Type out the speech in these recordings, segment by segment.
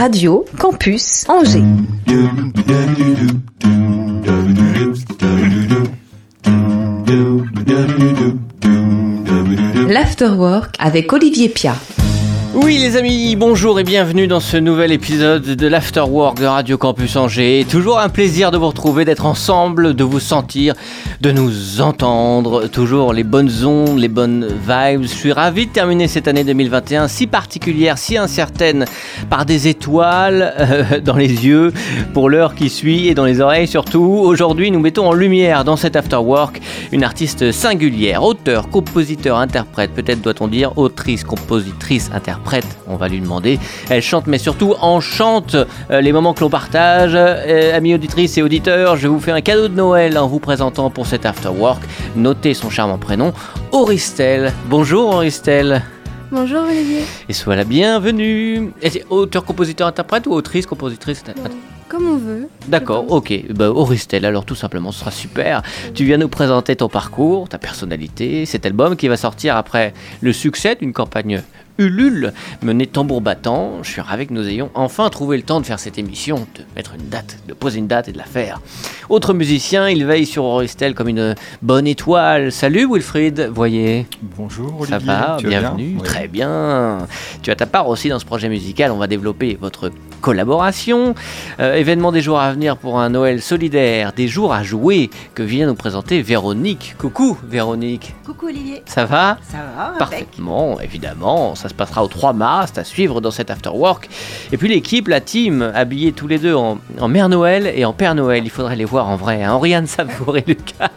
Radio Campus Angers. L'Afterwork avec Olivier Pia. Oui les amis, bonjour et bienvenue dans ce nouvel épisode de l'Afterwork de Radio Campus Angers. Toujours un plaisir de vous retrouver, d'être ensemble, de vous sentir, de nous entendre. Toujours les bonnes ondes, les bonnes vibes. Je suis ravi de terminer cette année 2021 si particulière, si incertaine, par des étoiles euh, dans les yeux pour l'heure qui suit et dans les oreilles surtout. Aujourd'hui nous mettons en lumière dans cet Afterwork une artiste singulière, auteur, compositeur, interprète, peut-être doit-on dire autrice, compositrice, interprète prête, on va lui demander. Elle chante, mais surtout enchante euh, les moments que l'on partage. Euh, amis auditrices et auditeurs, je vous fais un cadeau de Noël en vous présentant pour cet after work. Notez son charmant prénom, Auristel. Bonjour Auristel Bonjour Olivier. et sois la bienvenue. Est-ce Auteur, compositeur, interprète ou autrice, compositrice inter- Comme on veut. D'accord, Je pense. ok. Bah, Auristel, alors tout simplement, ce sera super. Tu viens nous présenter ton parcours, ta personnalité, cet album qui va sortir après le succès d'une campagne Ulule menée tambour battant. Je suis ravi que nous ayons enfin trouvé le temps de faire cette émission, de mettre une date, de poser une date et de la faire. Autre musicien, il veille sur Auristel comme une bonne étoile. Salut Wilfried, voyez. Bonjour Ça Olivier, va, tu vas bien bienvenue, Oui. très bien. Tu as ta part aussi dans ce projet musical, on va développer votre collaboration. Euh, événement des jours à venir pour un Noël solidaire, des jours à jouer que vient nous présenter Véronique. Coucou Véronique, Coucou Olivier. ça va Ça Ah, va impec. Parfaitement, évidemment. Ça se passera au 3 mars, c'est à suivre dans cet afterwork. Et puis l'équipe, la team, habillés tous les deux en, en Mère Noël et en Père Noël. Il faudrait les voir en vrai. Hein. Oriane Savour et Lucas.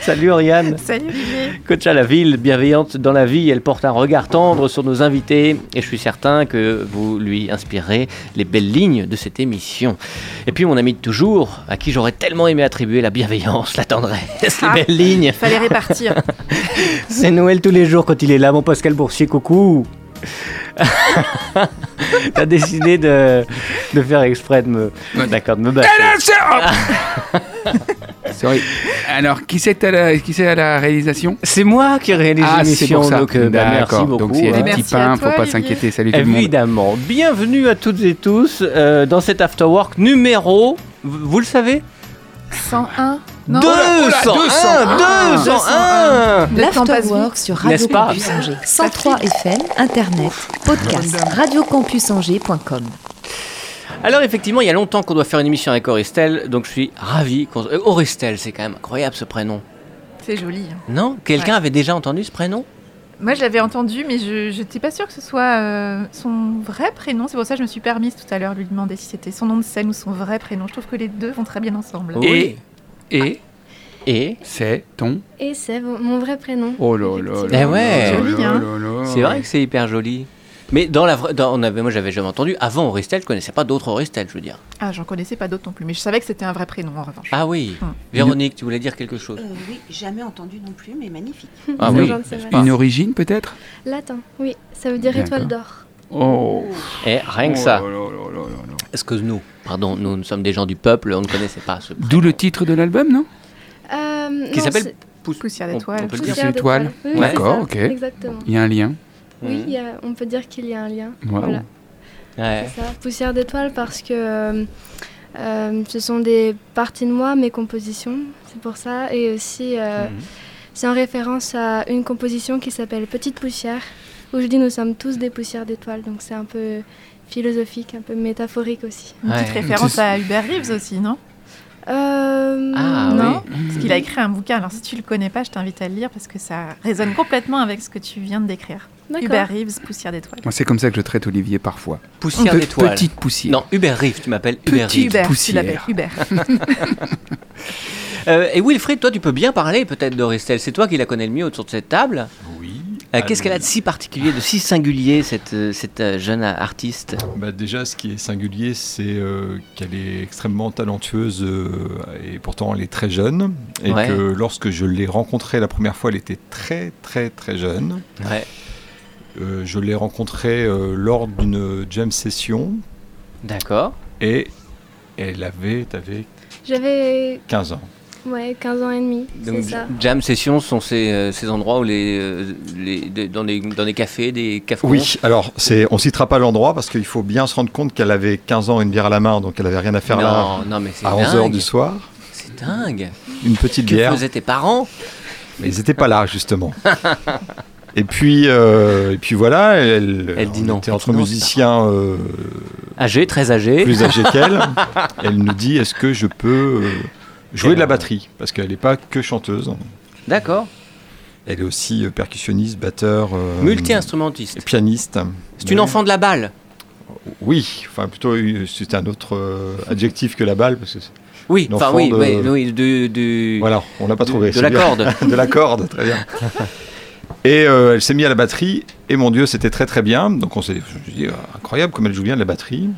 Salut Oriane. Salut Olivier. Coach à la ville, bienveillante dans la vie, elle porte un regard tendre sur nos invités et je suis certain que vous lui inspirez les belles lignes de cette émission. Et puis mon ami de toujours, à qui j'aurais tellement aimé attribuer la bienveillance, la tendresse, les Ah. belles lignes. Fallait répartir. C'est Noël tous les jours quand il est là, mon Pascal Boursier, coucou T'as décidé de, de faire exprès de me, d'accord, de me battre. Ah, c'est- Sorry. Alors, qui c'est à la, qui c'est à la réalisation C'est moi qui réalise Ah, c'est l'émission, pour ça. donc euh, bah, merci D'accord. beaucoup. Donc, s'il y a hein. des petits Merci à pains, toi, faut pas Olivier. s'inquiéter. Salut tout le monde. Évidemment. Bienvenue à toutes et tous euh, dans cet Afterwork numéro. Vous vous le savez 101. Non. 201 Ah, 201 Le temps passe L'Afterwork sur Radio N'est-ce pas Campus Angers. 103 FM, Internet, podcast, radiocampusangers.com. Alors, effectivement, il y a longtemps qu'on doit faire une émission avec Auristel, donc je suis ravi. qu'on- euh, Auristel, c'est quand même incroyable ce prénom. C'est joli. hein. Non Quelqu'un Ouais. avait déjà entendu ce prénom Moi, je l'avais entendu, mais je n'étais pas sûre que ce soit euh, son vrai prénom. C'est pour ça que je me suis permise tout à l'heure de lui demander si c'était son nom de scène ou son vrai prénom. Je trouve que les deux vont très bien ensemble. Oui. Et Et c'est ton. Et c'est mon vrai prénom. Oh là là. là Eh ouais. là là Joli, hein. là là. c'est vrai que c'est hyper joli. Mais dans la vraie. dans- on avait- Moi, j'avais jamais entendu. Avant Auristel, je connaissais pas d'autres Auristel, je veux dire. Ah, j'en connaissais pas d'autres non plus, mais je savais que c'était un vrai prénom en revanche. Ah oui. Hmm. Véronique, tu voulais dire quelque chose Euh, oui, jamais entendu non plus, mais magnifique. Ah oui. Je ne sais pas. Une origine peut-être Latin, oui, ça veut dire étoile d'or. Oh. Et Eh, rien que Oh ça. là là là là là là. Est-ce que nous, pardon, nous, nous sommes des gens du peuple, on ne connaissait pas ce D'où le titre de l'album, non Euh, Qui non, s'appelle c'est- Pousse- Poussière on- d'étoile. on peut le dire. Poussière Étoile. d'étoile. Oui, D'accord, c'est ça, ok. Exactement. Il y a un lien. Oui, il y a- on peut dire qu'il y a un lien. Wow. Voilà, Ouais. c'est ça. Poussière d'étoile parce que euh, euh, ce sont des parties de moi, mes compositions, c'est pour ça. Et aussi, euh, Mhm. c'est en référence à une composition qui s'appelle Petite poussière, où je dis nous sommes tous des poussières d'étoiles, donc c'est un peu philosophique, un peu métaphorique aussi. Une petite Ouais. référence à Hubert Reeves aussi, non Euh, Ah Non. oui. Parce qu'il a écrit un bouquin. Alors, si tu le connais pas, je t'invite à le lire parce que ça résonne complètement avec ce que tu viens de décrire. d'accord. Hubert Reeves, Poussière d'étoiles. Moi, C'est comme ça que je traite Olivier parfois. Poussière Pe- d'étoile. Petite poussière. Non, Hubert Riff, tu m'appelles Petit. Hubert Riff. Hubert, tu poussière. l'appelles Hubert. Euh, et Wilfried, toi, tu peux bien parler peut-être d'Auristel. C'est toi qui la connais le mieux autour de cette table. Oui. Euh, Ah, Qu'est-ce mais- qu'elle a de si particulier, de si singulier, cette, euh, cette euh, jeune artiste bah, Déjà, ce qui est singulier, c'est euh, qu'elle est extrêmement talentueuse euh, et pourtant elle est très jeune. Et Ouais. que lorsque je l'ai rencontrée la première fois, elle était très, très, très jeune. Ouais. Euh, je l'ai rencontrée euh, lors d'une jam session D'accord. et elle avait, t'avais J'avais 15 ans. Ouais, 15 ans et demi, c'est Donc, ça. jam sessions sont ces, euh, ces endroits où les, euh, les- des- dans, les, dans les cafés, des cafés. Oui, alors c'est, on citera pas l'endroit parce qu'il faut bien se rendre compte qu'elle avait 15 ans et une bière à la main, donc elle avait rien à faire là Non, non, mais c'est à dingue. 11h du soir. C'est dingue. Une petite Que bière. faisaient tes parents Euh, Mais ils n'étaient pas là, justement. Et puis, euh, et puis voilà, elle, Elle dit on non. était entre Non, musiciens euh, Âgés, très âgés. plus âgés qu'elle. Elle nous dit est-ce que je peux euh, jouer de la batterie Parce qu'elle n'est pas que chanteuse. D'accord. Elle est aussi euh, percussionniste, batteur, euh, Multi-instrumentiste. pianiste. C'est une enfant de la balle. Oui, enfin plutôt euh, c'est un autre euh, adjectif que la balle parce que c'est- Oui, Une enfin enfant oui, de- oui, oui, du, du- voilà, on l'a pas de- trouvé. de c'est la bien. corde. de la corde, très bien. Et euh, elle s'est mise à la batterie, et mon Dieu, c'était très très bien. Donc on s'est je me suis dit, Ah, incroyable comme elle joue bien de la batterie.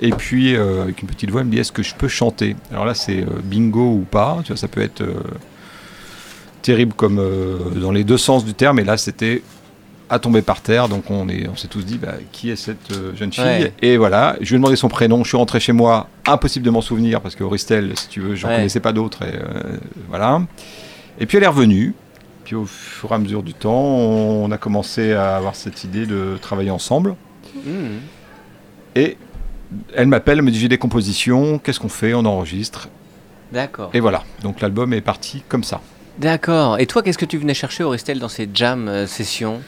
Et puis, euh, avec une petite voix, elle me dit, est-ce que je peux chanter Alors là, c'est euh, bingo ou pas, tu vois, ça peut être euh, terrible comme euh, dans les deux sens du terme, et là, c'était à tomber par terre. Donc on est- on s'est tous dit, bah, qui est cette euh, jeune fille Ouais. Et voilà, je lui ai demandé son prénom, je suis rentré chez moi, impossible de m'en souvenir, parce que Auristel, si tu veux, j'en Ouais. connaissais pas d'autres, et euh, voilà. Et puis elle est revenue. Puis au fur et à mesure du temps, on a commencé à avoir cette idée de travailler ensemble. Mmh. Et elle m'appelle, elle me dit j'ai des compositions, qu'est-ce qu'on fait On enregistre. D'accord. Et voilà. Donc l'album est parti comme ça. D'accord. Et toi, qu'est-ce que tu venais chercher, Auristel, dans ces jam euh, sessions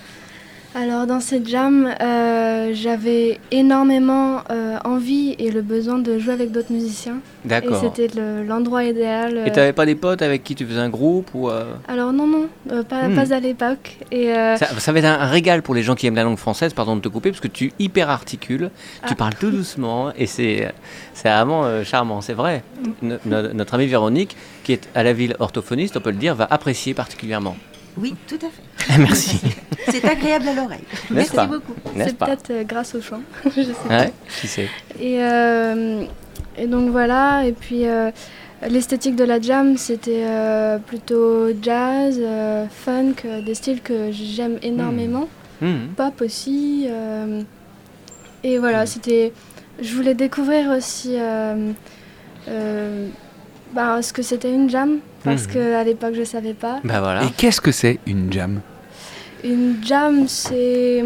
Alors dans cette jam, euh, j'avais énormément euh, envie et le besoin de jouer avec d'autres musiciens. Et D'accord. c'était le- l'endroit idéal. euh. Et t'avais pas des potes avec qui tu faisais un groupe ou euh, Alors non, non, euh, pas, Hmm. pas à l'époque. Et euh, ça, ça va être un un régal pour les gens qui aiment la langue française, pardon de te couper, parce que tu hyper articules, tu Ah. parles tout doucement, et c'est c'est vraiment euh, charmant, c'est vrai. No- no- notre amie Véronique, qui est à la ville orthophoniste, on peut le dire, va apprécier particulièrement. Oui, tout à fait. Merci, C'est agréable à l'oreille. n'est-ce pas beaucoup. N'est-ce c'est pas peut-être euh, grâce au chant. je sais pas. Ouais, qui sait Et, euh, et donc voilà, et puis euh, l'esthétique de la jam, c'était euh, plutôt jazz, euh, funk, euh, des styles que j'aime énormément, Mhm. pop aussi. euh, et voilà, Hmm. c'était. Je voulais découvrir aussi euh, euh, ben, ce que c'était une jam, parce Mhm. que qu'à l'époque je savais pas. Bah voilà. Et qu'est-ce que c'est une jam Une jam, c'est.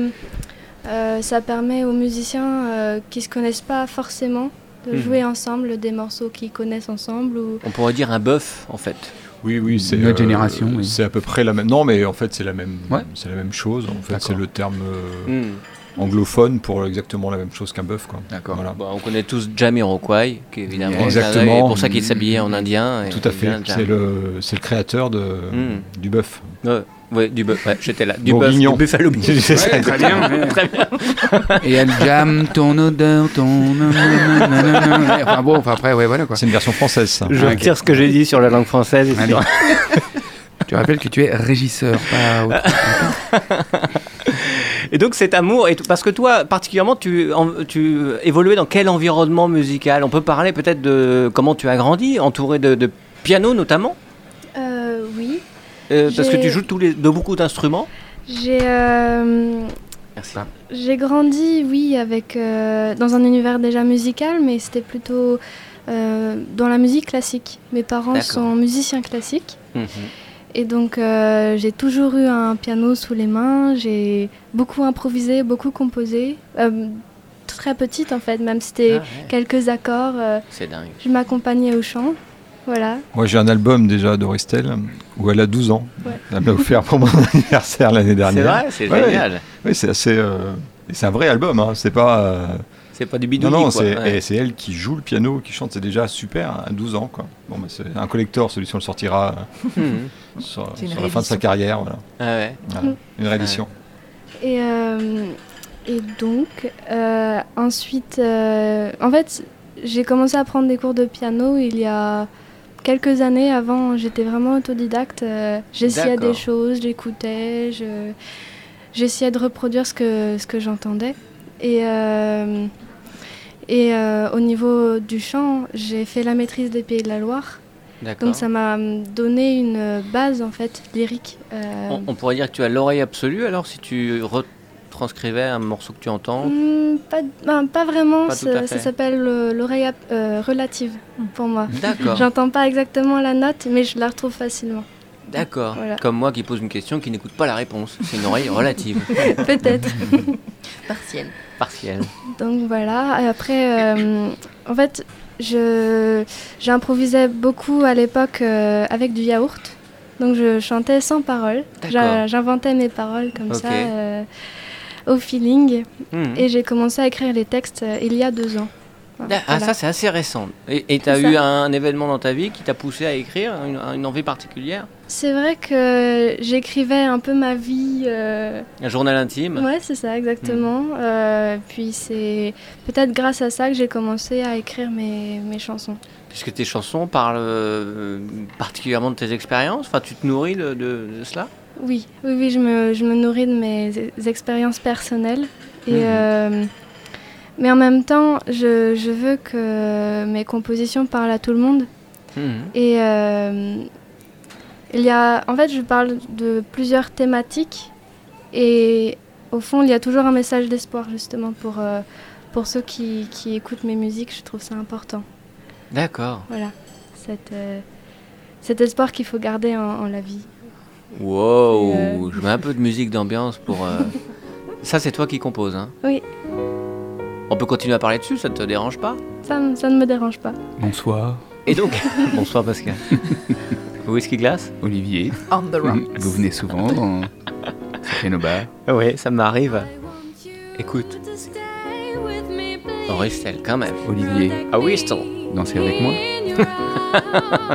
euh, ça permet aux musiciens euh, qui se connaissent pas forcément de Mhm. jouer ensemble des morceaux qu'ils connaissent ensemble. Ou... On pourrait dire un bœuf, en fait. Oui, oui, c'est, Notre euh, génération, oui. C'est à peu près la même. Non, mais en fait, c'est la même. Ouais. C'est la même chose. En fait, D'accord. c'est le terme euh, anglophone pour exactement la même chose qu'un bœuf, quoi. D'accord. Voilà. Bon, bah, on connaît tous Jamiroquai, qui est évidemment un Exactement. clin d'œil, et pour ça qu'il s'habillait en indien. et Tout à il vient fait. de Jam. C'est le, c'est le créateur de, Mm. du bœuf. Ouais, ouais, du bœuf, ouais, j'étais là. Du bœuf, Bourguignon. du buffalo. C'est ça. très bien. Très bien. Et elle jam ton odeur, ton. nananana. Enfin bon, enfin après, ouais, voilà quoi. C'est une version française, ça. Je Ok. retire ce que j'ai dit sur la langue française. et Allez. tu rappelles que tu es régisseur, pas autre. Et donc cet amour, et tout- parce que toi particulièrement, tu, en- tu évoluais dans quel environnement musical On peut parler peut-être de comment tu as grandi, entouré de, de piano notamment, Euh, oui, euh, parce que J'ai- tu joues tous les, de beaucoup d'instruments. j'ai euh, Merci. j'ai grandi, oui, avec euh, dans un univers déjà musical, mais c'était plutôt euh, dans la musique classique. Mes parents D'accord. sont musiciens classiques. Mhm. Et donc euh, j'ai toujours eu un piano sous les mains, j'ai beaucoup improvisé, beaucoup composé, euh, très petite en fait, même si c'était Ah ouais, quelques accords, euh, C'est dingue. je m'accompagnais au chant, voilà. Moi, j'ai un album déjà d'Auristel où elle a 12 ans. Ouais. Elle me l'a offert pour mon anniversaire l'année C'est dernière. vrai, c'est Ouais, génial. Oui, c'est assez. euh, et C'est un vrai album, hein. c'est pas. euh, C'est pas du Non, bidouillis. non, quoi. c'est Ouais. et c'est elle qui joue le piano, qui chante, c'est déjà super hein, à 12 ans. Quoi. Bon, bah, c'est un collector, celui-ci on le sortira Mhm. euh, sur, C'est une sur la fin de sa réédition. carrière. Voilà. Ah ouais. Voilà. Une réédition. Et, euh, et donc euh, ensuite, euh, en fait j'ai commencé à prendre des cours de piano il y a quelques années avant, j'étais vraiment autodidacte, euh, j'essayais D'accord. des choses, j'écoutais, je- j'essayais de reproduire ce que, ce que j'entendais. Et, euh, et euh, au niveau du chant, j'ai fait la maîtrise des Pays de la Loire. D'accord. Donc ça m'a hum, donné une base en fait lyrique. euh, On, on pourrait dire que tu as l'oreille absolue alors si tu re- transcrivais un morceau que tu entends Hmm, pas, ben, pas vraiment, Hein Pas tout à ça, fait. ça s'appelle euh, l'oreille ap- euh, relative pour moi. D'accord, J'entends pas exactement la note, mais je la retrouve facilement. d'accord. Voilà. Comme moi qui pose une question qui n'écoute pas la réponse. C'est une oreille relative, Peut-être. Partiel. partielle. Donc voilà, et après, euh, en fait, je, j'improvisais beaucoup à l'époque euh, avec du yaourt. Donc je chantais sans parole. D'accord. J'a- J'inventais mes paroles comme ça, Ok. euh, au feeling. Hmm. Et j'ai commencé à écrire les textes euh, il y a deux ans. Ah, Voilà. ça c'est assez récent. Et tu as C'est eu ça. un événement dans ta vie qui t'a poussé à écrire, une, une envie particulière C'est vrai que j'écrivais un peu ma vie. euh, Un journal intime Ouais, c'est ça, exactement. Euh, puis c'est peut-être grâce à ça que j'ai commencé à écrire mes, mes chansons. Puisque tes chansons parlent euh, particulièrement de tes expériences, enfin tu te nourris de, de- de cela Oui, oui, oui, je me, je me nourris de mes e- expériences personnelles. Et, Mhm. euh, mais en même temps, je, je veux que mes compositions parlent à tout le monde. Hmm. Mhm. Et euh, il y a, en fait, je parle de plusieurs thématiques. Et au fond, il y a toujours un message d'espoir, justement, pour, euh, pour ceux qui, qui écoutent mes musiques. Je trouve ça important. D'accord. Voilà, cette, euh, cet espoir qu'il faut garder en, en la vie. Wow, Euh. je mets un peu de musique d'ambiance pour... euh, ça c'est toi qui compose, hein Oui. On peut continuer à parler dessus, ça ne te dérange pas Ça, me- ça ne me dérange pas. Bonsoir, Et donc... Bonsoir Pascal. Whisky glace Olivier. On the Vous venez souvent dans Café Oui, ça m'arrive. Écoute. Auristel, quand même. Olivier, Ah oui, c'est dansez avec moi.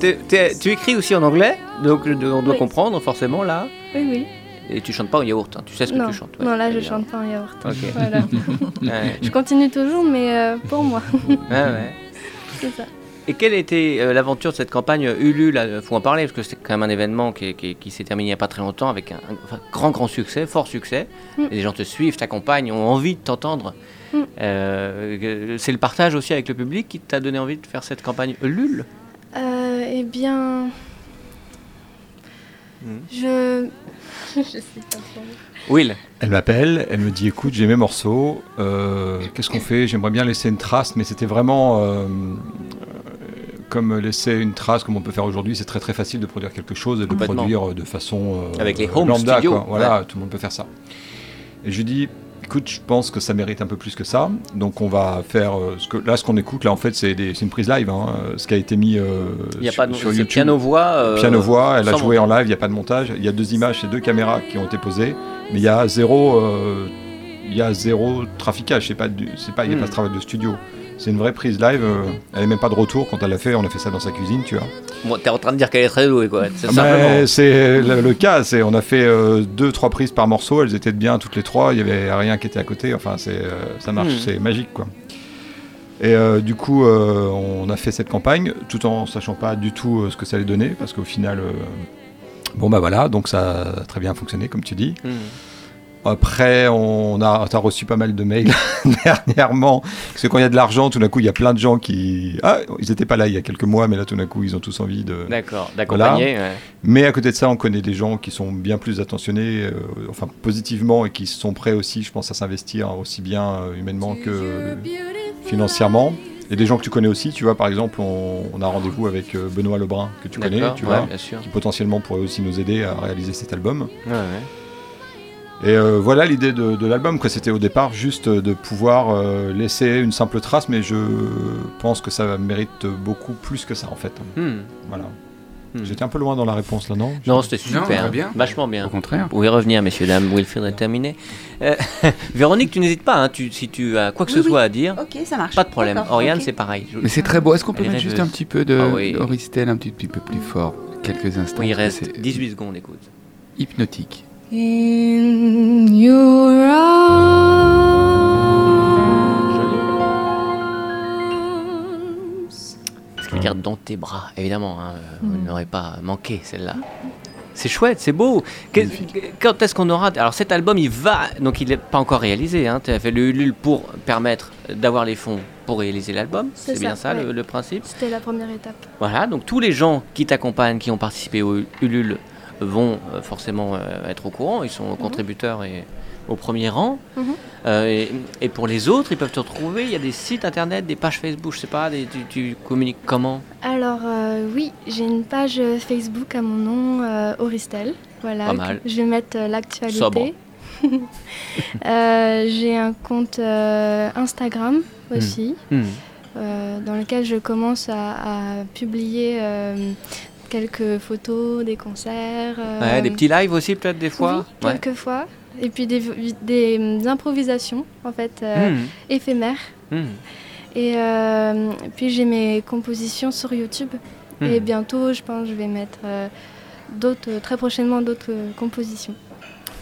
T'es- t'es- tu écris aussi en anglais, donc je- on doit Oui. comprendre forcément là. Oui, oui. Et tu chantes pas au yaourt, hein, tu sais ce que non. tu chantes. ouais. non, là, je chante pas en yaourt. Ok. Voilà. Ouais, je continue toujours, mais euh, pour moi, ouais, ouais. c'est ça. Et quelle était euh, l'aventure de cette campagne euh, Ulu là, euh, Faut en parler parce que c'est quand même un événement qui, qui- qui s'est terminé il n'y a pas très longtemps avec un, un- enfin, grand grand succès, fort succès. Mm. Et les gens te suivent, t'accompagnent, ont envie de t'entendre. Mm. Euh, euh, c'est le partage aussi avec le public qui t'a donné envie de faire cette campagne Ulule. Euh, eh bien, Mhm. je... je sais pas trop. Will, Elle m'appelle, elle me dit écoute, j'ai mes morceaux, euh, qu'est-ce qu'on fait J'aimerais bien laisser une trace, mais c'était vraiment euh, euh, comme laisser une trace, comme on peut faire aujourd'hui, c'est très très facile de produire quelque chose et de le Complètement. produire euh, de façon euh, Avec les euh, home lambda. studios, quoi. Voilà, tout le monde peut faire ça. Et je lui dis écoute, je pense que ça mérite un peu plus que ça, donc on va faire euh, ce que là, ce qu'on écoute là, en fait, c'est des- c'est une prise live, hein, euh, ce qui a été mis euh, il n'y a sur, pas de sur c'est YouTube. piano voix. euh, Piano voix, elle a sans joué en live, il n'y a pas de montage. Il y a deux images et deux caméras qui ont été posées, mais il y a zéro, euh, il y a zéro traficage. C'est pas, du- c'est pas, il n'y a Hmm. pas de travail de studio. C'est une vraie prise live. euh, elle n'est même pas de retour quand elle l'a fait. On a fait ça dans sa cuisine, tu vois. Bon, t'es en train de dire qu'elle est très douée quoi. C'est Ah simplement. ben, c'est le, le cas. C'est, on a fait euh, deux, trois prises par morceau. Elles étaient bien toutes les trois. Il y avait rien qui était à côté. Enfin, c'est, euh, ça marche. Hmm. C'est magique, quoi. Et euh, du coup, euh, on a fait cette campagne tout en sachant pas du tout euh, ce que ça allait donner, parce qu'au final, euh, bon bah voilà, donc ça a très bien fonctionné, comme tu dis. Mm. Après, on a, t'as reçu pas mal de mails dernièrement. Parce que quand il y a de l'argent, tout d'un coup, il y a plein de gens qui. Ah, ils n'étaient pas là il y a quelques mois, mais là, tout d'un coup, ils ont tous envie de. D'accord, d'accompagner. ouais. Euh, Mais à côté de ça, on connaît des gens qui sont bien plus attentionnés, euh, enfin positivement, et qui sont prêts aussi, je pense, à s'investir hein, aussi bien euh, humainement que euh, financièrement. Et des gens que tu connais aussi, tu vois, par exemple, on, on a rendez-vous avec euh, Benoît Lebrun, que tu connais, D'accord, tu ouais, vois, bien sûr. qui potentiellement pourrait aussi nous aider à réaliser cet album. Ouais, ouais. Et euh, voilà l'idée de, de l'album, quoi. C'était au départ juste de pouvoir euh, laisser une simple trace, mais je pense que ça mérite beaucoup plus que ça, en fait. Hmm. Voilà. Hmm. J'étais un peu loin dans la réponse, là, non Non, c'était Non, super. hein. très bien. Vachement Au bien. contraire. Vous pouvez revenir, messieurs, dames. Wilfried est terminé. Euh, Véronique, tu n'hésites pas, hein, tu- si tu as quoi que Oui, ce oui. soit à dire, Ok, ça marche. pas de problème. D'accord, Oriane, ok. c'est pareil. Je- Mais c'est très beau. Est-ce qu'on peut Elle est mettre juste un rêveuse. petit peu de Ah oui. d'Oristel, un petit, petit peu plus fort Quelques instants. Oui, il parce que reste c'est 18 secondes, écoute. Hypnotique. In your Joli. arms. Ce qui veut dire dans tes bras, évidemment. hein, euh, Vous Mm. n'aurez pas manqué celle-là. C'est chouette, c'est beau. Que- quand est-ce qu'on aura Alors cet album, il va, donc il n'est pas encore réalisé. Hein. Tu as fait le Ulule pour permettre d'avoir les fonds pour réaliser l'album. C'est C'est bien ça, ça le- ouais. le principe. C'était la première étape. Voilà, donc tous les gens qui t'accompagnent, qui ont participé au Ulule, vont euh, forcément euh, être au courant, ils Mm. sont contributeurs et au premier rang. Mhm. Euh, et, et pour les autres, ils peuvent te retrouver. Il y a des sites internet, des pages Facebook, je sais pas, des- tu, tu communiques comment Alors euh, oui, j'ai une page Facebook à mon nom, euh, Auristel. Voilà, Pas mal. que je vais mettre euh, Sobre. l'actualité. Euh, j'ai un compte euh, Instagram Hmm. aussi, euh, dans lequel je commence à, à publier euh, quelques photos des concerts. euh, Ouais, Des petits lives aussi, peut-être, des fois oui, Ouais. quelques fois. Et puis des, vi- des, mm, improvisations, en fait, euh, Mhm. éphémères. Mhm. Hmm. Et euh, puis j'ai mes compositions sur YouTube. Et Mhm. bientôt, je pense, je vais mettre euh, d'autres, très prochainement d'autres euh, compositions.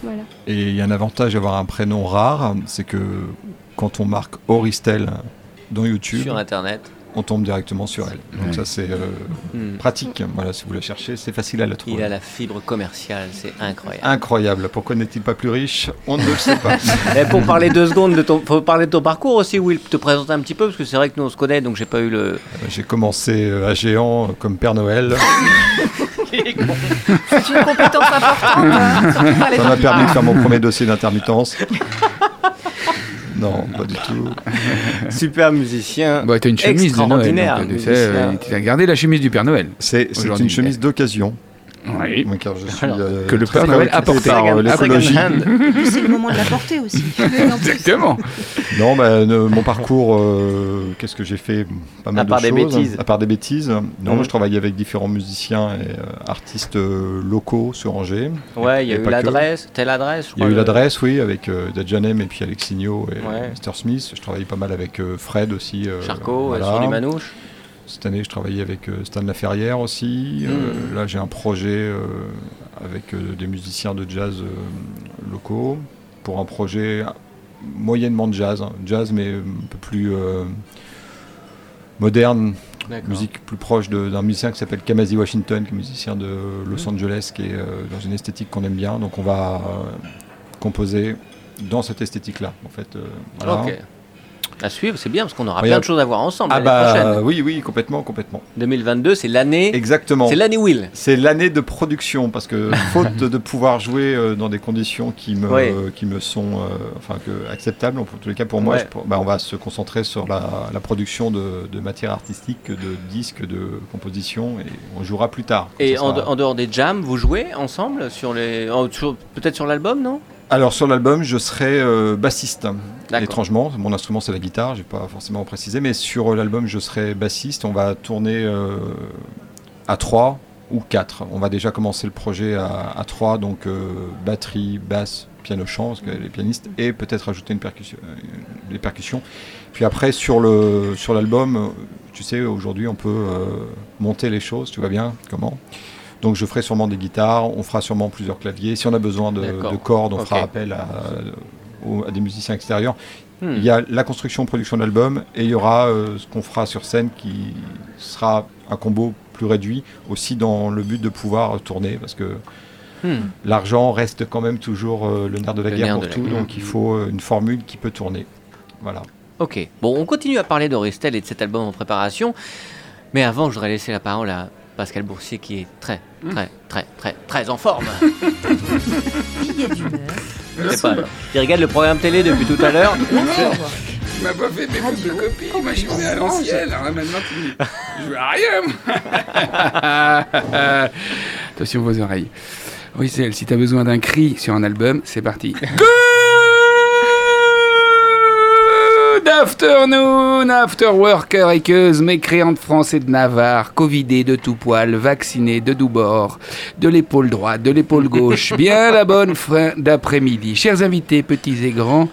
Voilà. Et il y a un avantage d'avoir un prénom rare, c'est que quand on marque Auristel dans YouTube, Sur Internet. on tombe directement sur elle. Donc Ouais. ça c'est euh, Mhm. pratique. Voilà, si vous la cherchez, c'est facile à la trouver. Il a la fibre commerciale, c'est incroyable. Incroyable. Pourquoi n'est-il pas plus riche On ne le sait pas. Eh, pour parler deux secondes, de ton, faut parler de ton parcours aussi, Will, te présenter un petit peu, parce que c'est vrai que nous on se connaît, donc j'ai pas eu le. J'ai commencé euh, à géant euh, comme Père Noël. C'est une compétence Ah, importante. hein, surtout par les Ça m'a enfants. permis de faire mon premier dossier d'intermittence. Non, pas du tout. Super musicien. Bah, t'as une chemise de Extraordinaire, Noël. donc, tu sais, musicien. euh, t'as gardé la chemise du Père Noël. C'est c'est Aujourd'hui, une chemise d'occasion. Oui. moi, Car je suis, Alors, euh, que le très Père Noël préoccupé apporte. par, euh, Second- l'écologie. En plus, c'est le moment de la porter aussi. Exactement. Non, bah, euh, mon parcours, euh, qu'est-ce que j'ai fait Pas mal À part de des choses. bêtises. À part des bêtises. Non, Mhm. je travaillais avec différents musiciens et euh, artistes euh, locaux sur Angers. Ouais, il y a Et eu pas que. l'adresse, telle adresse, Il y je crois. a eu le- l'adresse, oui, avec euh, Dadjanem et puis Alexinho et Ouais. Mr. Smith. Je travaillais pas mal avec euh, Fred aussi. euh, Charcot, euh, voilà. sur du manouche. Cette année, je travaillais avec euh, Stan Laferrière aussi. Mmh. Euh, là, j'ai un projet euh, avec euh, des musiciens de jazz euh, locaux pour un projet moyennement de jazz, hein. jazz mais euh, un peu plus euh, moderne, D'accord. musique plus proche de- d'un musicien qui s'appelle Kamasi Washington, qui est musicien de Los Mhm. Angeles, qui est euh, dans une esthétique qu'on aime bien. Donc, on va euh, composer dans cette esthétique-là, en fait. euh, voilà. Ok. À suivre, c'est bien, parce qu'on aura Oui, plein à- de choses à voir ensemble. Ah l'année prochaine. bah oui, oui, complètement, complètement. 2022, c'est l'année. Exactement. C'est l'année Will. C'est l'année de production parce que faute de pouvoir jouer euh, dans des conditions qui me Ouais. euh, qui me sont euh, enfin que acceptables en tous les cas pour moi Ouais. je pour- bah, on va se concentrer sur la, la production de, de matière artistique de disques de composition et on jouera plus tard. quand Et ça en, sera- en dehors des jams, vous jouez ensemble sur les, en- sur- peut-être sur l'album, non alors sur l'album je serai euh, bassiste. D'accord. Étrangement mon instrument c'est la guitare j'ai pas forcément précisé mais sur euh, l'album je serai bassiste on va tourner euh, à 3 ou 4. On va déjà commencer le projet à, à 3, donc euh, batterie, basse, piano chant, parce qu'elle est pianiste, et peut-être ajouter une percussion, euh, des percussions. Puis après, sur le sur l'album, euh, tu sais, aujourd'hui, on peut euh, monter les choses, tu vois bien comment donc je ferai sûrement des guitares, on fera sûrement plusieurs claviers. Si on a besoin de, D'accord. de cordes, on Ok. fera appel à, euh, au- à des musiciens extérieurs. Hmm. Il y a la construction, production de l'album, et il y aura euh, ce qu'on fera sur scène qui sera un combo plus réduit, aussi dans le but de pouvoir tourner, parce que Hmm. l'argent reste quand même toujours euh, le nerf de la Le nerf guerre pour de la tout, guerre. donc il faut euh, une formule qui peut tourner. Voilà. Ok, bon, on continue à parler d'Orestel et de cet album en préparation, mais avant, je voudrais laisser la parole à Pascal Boursier qui est très, Hum. très, très, très, très en forme. Billet d'humeur. Je sais pas, il regarde le programme télé depuis tout à l'heure. Tu m'as pas fait mes fautes de copie, moi je suis à l'ancienne. hein, Alors là maintenant, tu... je veux rien. Ah, moi. Attention vos oreilles. Oui, celle, si t'as besoin d'un cri sur un album, c'est parti. Good afternoon, afterworker et queuse, mécréante français de Navarre, covidé de tout poil, vacciné de tout bord, de l'épaule droite, de l'épaule gauche, bien la bonne fin d'après-midi. Chers invités, petits et grands,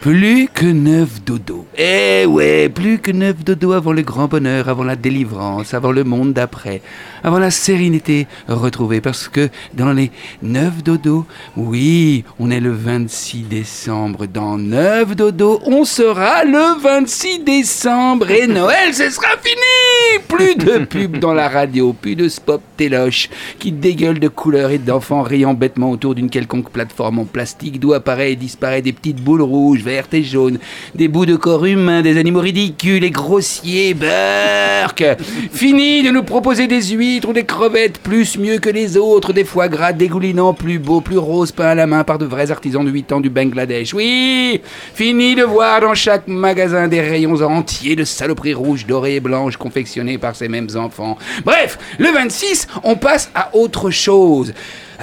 plus que neuf dodo. Eh ouais, plus que neuf dodo avant le grand bonheur, avant la délivrance, avant le monde d'après, avant la sérénité retrouvée. Parce que dans les neuf dodo, oui, on est le 26 décembre. Dans neuf dodo, on sera le 26 décembre et Noël, ce sera fini Plus de pub dans la radio, plus de spot téloche qui dégueule de couleurs et d'enfants riant bêtement autour d'une quelconque plateforme en plastique d'où apparaît et disparaît des petites boules rouges, vertes et jaunes, des bouts de corps humains, des animaux ridicules et grossiers. Burk Fini de nous proposer des huîtres ou des crevettes plus mieux que les autres, des foie gras dégoulinants plus beaux, plus roses, peints à la main par de vrais artisans de 8 ans du Bangladesh. Oui Fini de voir dans chaque magasin des rayons entiers de saloperies rouges, dorées et blanches confectionnées par ces mêmes enfants. Bref, le 26, on passe à autre chose.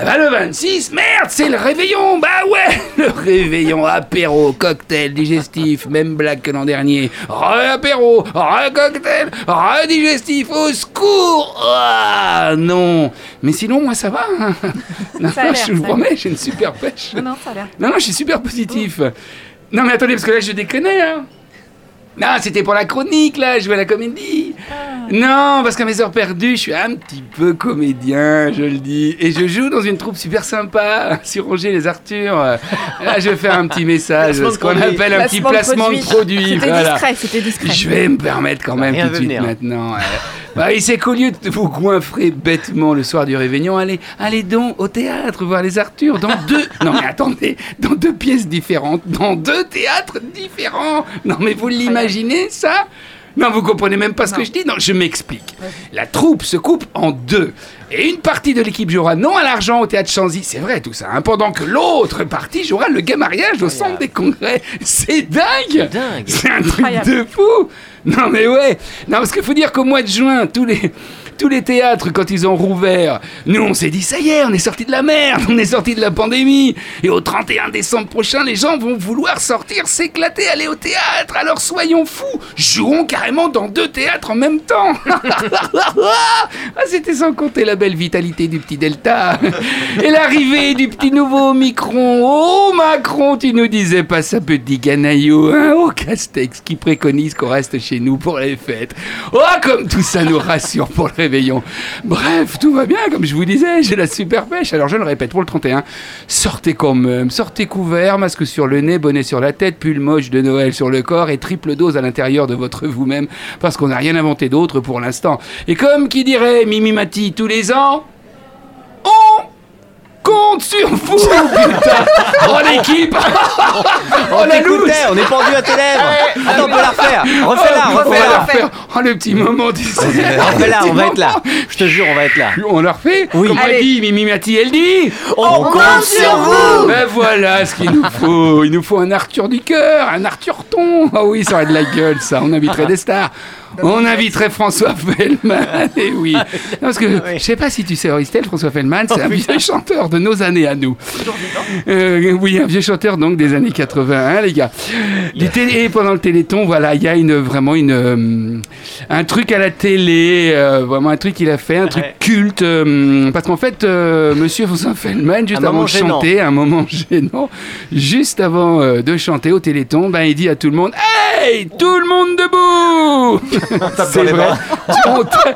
Ah Bah le 26, merde, c'est le réveillon Bah ouais Le réveillon, apéro, cocktail, digestif, même blague que l'an dernier. Re-apéro, re-cocktail, re-digestif, au secours Ah non Mais sinon, moi, ça va. hein. Non, Ça a non, l'air, je vous ça. promets, j'ai une super pêche. Non, non, ça a l'air. Non, non, je suis super positif. Non, mais attendez, parce que là, je déconnais, hein. Non, c'était pour la chronique, là, jouer à la comédie. Non, parce qu'à mes heures perdues, je suis un petit peu comédien, je le dis. Et je joue dans une troupe super sympa, sur Roger les Arthurs. Là, je fais un petit message, Placement de ce Ah, qu'on produit. appelle un petit placement de produit. C'était voilà. discret, c'était discret. Je vais me permettre quand même Rien tout de suite venir. maintenant. euh. bah, il s'est qu'au lieu de vous goinfrer bêtement le soir du réveillon, allez, allez donc au théâtre voir les Arthur dans deux. Non mais attendez, dans deux pièces différentes, dans deux théâtres différents. Non mais vous l'imaginez ça Non, vous comprenez même pas ce que je dis. Non, je m'explique. La troupe se coupe en deux. Et une partie de l'équipe jouera non à l'argent au théâtre Chanzy, c'est vrai tout ça, hein, pendant que l'autre partie jouera le gay mariage au centre des congrès. C'est dingue Dingue. c'est un truc Incroyable. de fou Non mais ouais Non parce qu'il faut dire qu'au mois de juin, tous les, tous les théâtres, quand ils ont rouvert, nous on s'est dit ça y est, on est sorti de la merde, on est sorti de la pandémie Et au 31 décembre prochain, les gens vont vouloir sortir, s'éclater, aller au théâtre Alors soyons fous Jouons carrément dans deux théâtres en même temps Ah, c'était sans compter la belle vitalité du petit Delta et l'arrivée du petit nouveau Micron. Oh Macron, tu nous disais pas ça, petit canaillot, hein Oh Castex qui préconise qu'on reste chez nous pour les fêtes. Oh comme tout ça nous rassure pour le réveillon. Bref, tout va bien, comme je vous disais, j'ai la super pêche. Alors je le répète pour le 31, sortez quand même, sortez couvert, masque sur le nez, bonnet sur la tête, pull moche de Noël sur le corps et triple dose à l'intérieur de votre vous-même parce qu'on n'a rien inventé d'autre pour l'instant. Et comme qui dirait Mimi Mati tous les ans, on compte sur vous, putain Oh l'équipe On Oh, la loose. t'écoutait, on est pendu à tes lèvres. Attends, on peut la refaire. Refais-la, Oh, on va refais-la. la refaire. Oh le petit moment d'essai Refais-la, on va être là. Je te jure, on va être là. On la refait Oui. Comme elle Allez. dit, Mimi Mati, elle dit On, compte sur vous Ben voilà ce qu'il nous faut Il nous faut un Arthur du cœur, un Arthur Ton Ah oui, ça aurait de la gueule ça, on inviterait des stars on inviterait François Fellman, et oui. Non, parce que je sais pas si tu sais, Auristel, François Fellman, c'est un Oh, vieux chanteur de nos années à nous. Euh, oui, un vieux chanteur donc des années 80, hein, les gars. Du télé, et pendant le Téléthon, voilà, il y a une, vraiment une, euh, un truc à la télé, euh, vraiment un truc qu'il a fait, un truc Ouais. culte. euh, parce qu'en fait, euh, Monsieur François Feldman, juste Un moment avant de gênant. chanter, un moment gênant, juste avant euh, de chanter au Téléthon, ben, il dit à tout le monde Hey, tout le monde debout C'est vrai. On t'a-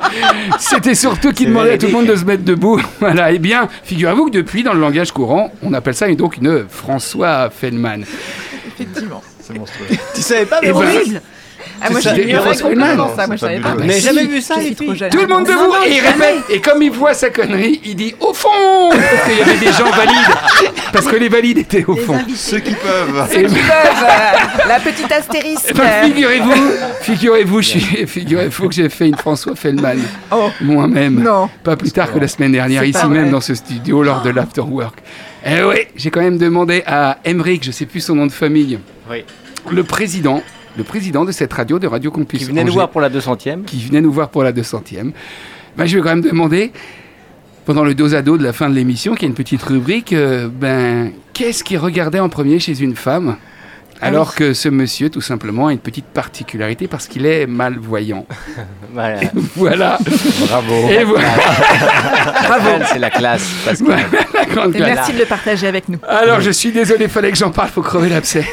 C'était surtout qu'il C'est demandait à tout le véridique. monde de se mettre debout. Voilà. Eh bien, figurez-vous que depuis, dans le langage courant, on appelle ça et donc une François Feldman. C'est monstrueux. Tu savais pas, mais Et bon, voilà. Ah, moi, C'est j'ai Sylvia ignoré Rossellman. complètement ça. Moi, je savais pas. On n'a jamais vu ça, Je les suis trop filles. jeune. Tout le monde debout non, et il jamais. répète. Et comme il voit sa connerie, il dit au fond Parce qu'il y avait des gens valides. Parce que les valides étaient au Les fond. invités. Ceux qui peuvent. Et ben, Ils peuvent, euh, la petite astérisque. eh ben, figurez-vous, figurez-vous, je suis- figurez-vous que j'ai fait une François Fellman Oh. moi-même. Non. Pas plus tard que la semaine dernière, C'est ici pas même vrai. dans ce studio, lors de l'afterwork. Eh ouais, j'ai quand même demandé à Emmerich, je sais plus son nom de famille, Oui. le président, le président de cette radio, de Radio Campus Qui venait nous Angers, voir pour la 200ème. qui venait nous voir pour la 200e. Ben, je vais quand même demander, pendant le dos à dos de la fin de l'émission, qui est une petite rubrique, euh, ben, qu'est-ce qu'il regardait en premier chez une femme Ah alors que ce monsieur, tout simplement, a une petite particularité parce qu'il est malvoyant. Voilà. Voilà. Bravo. Et voilà Bravo. C'est la classe. Parce que... Voilà, la grande Et classe. merci de le partager avec nous. Alors, je suis désolé, fallait que j'en parle, faut crever l'abcès.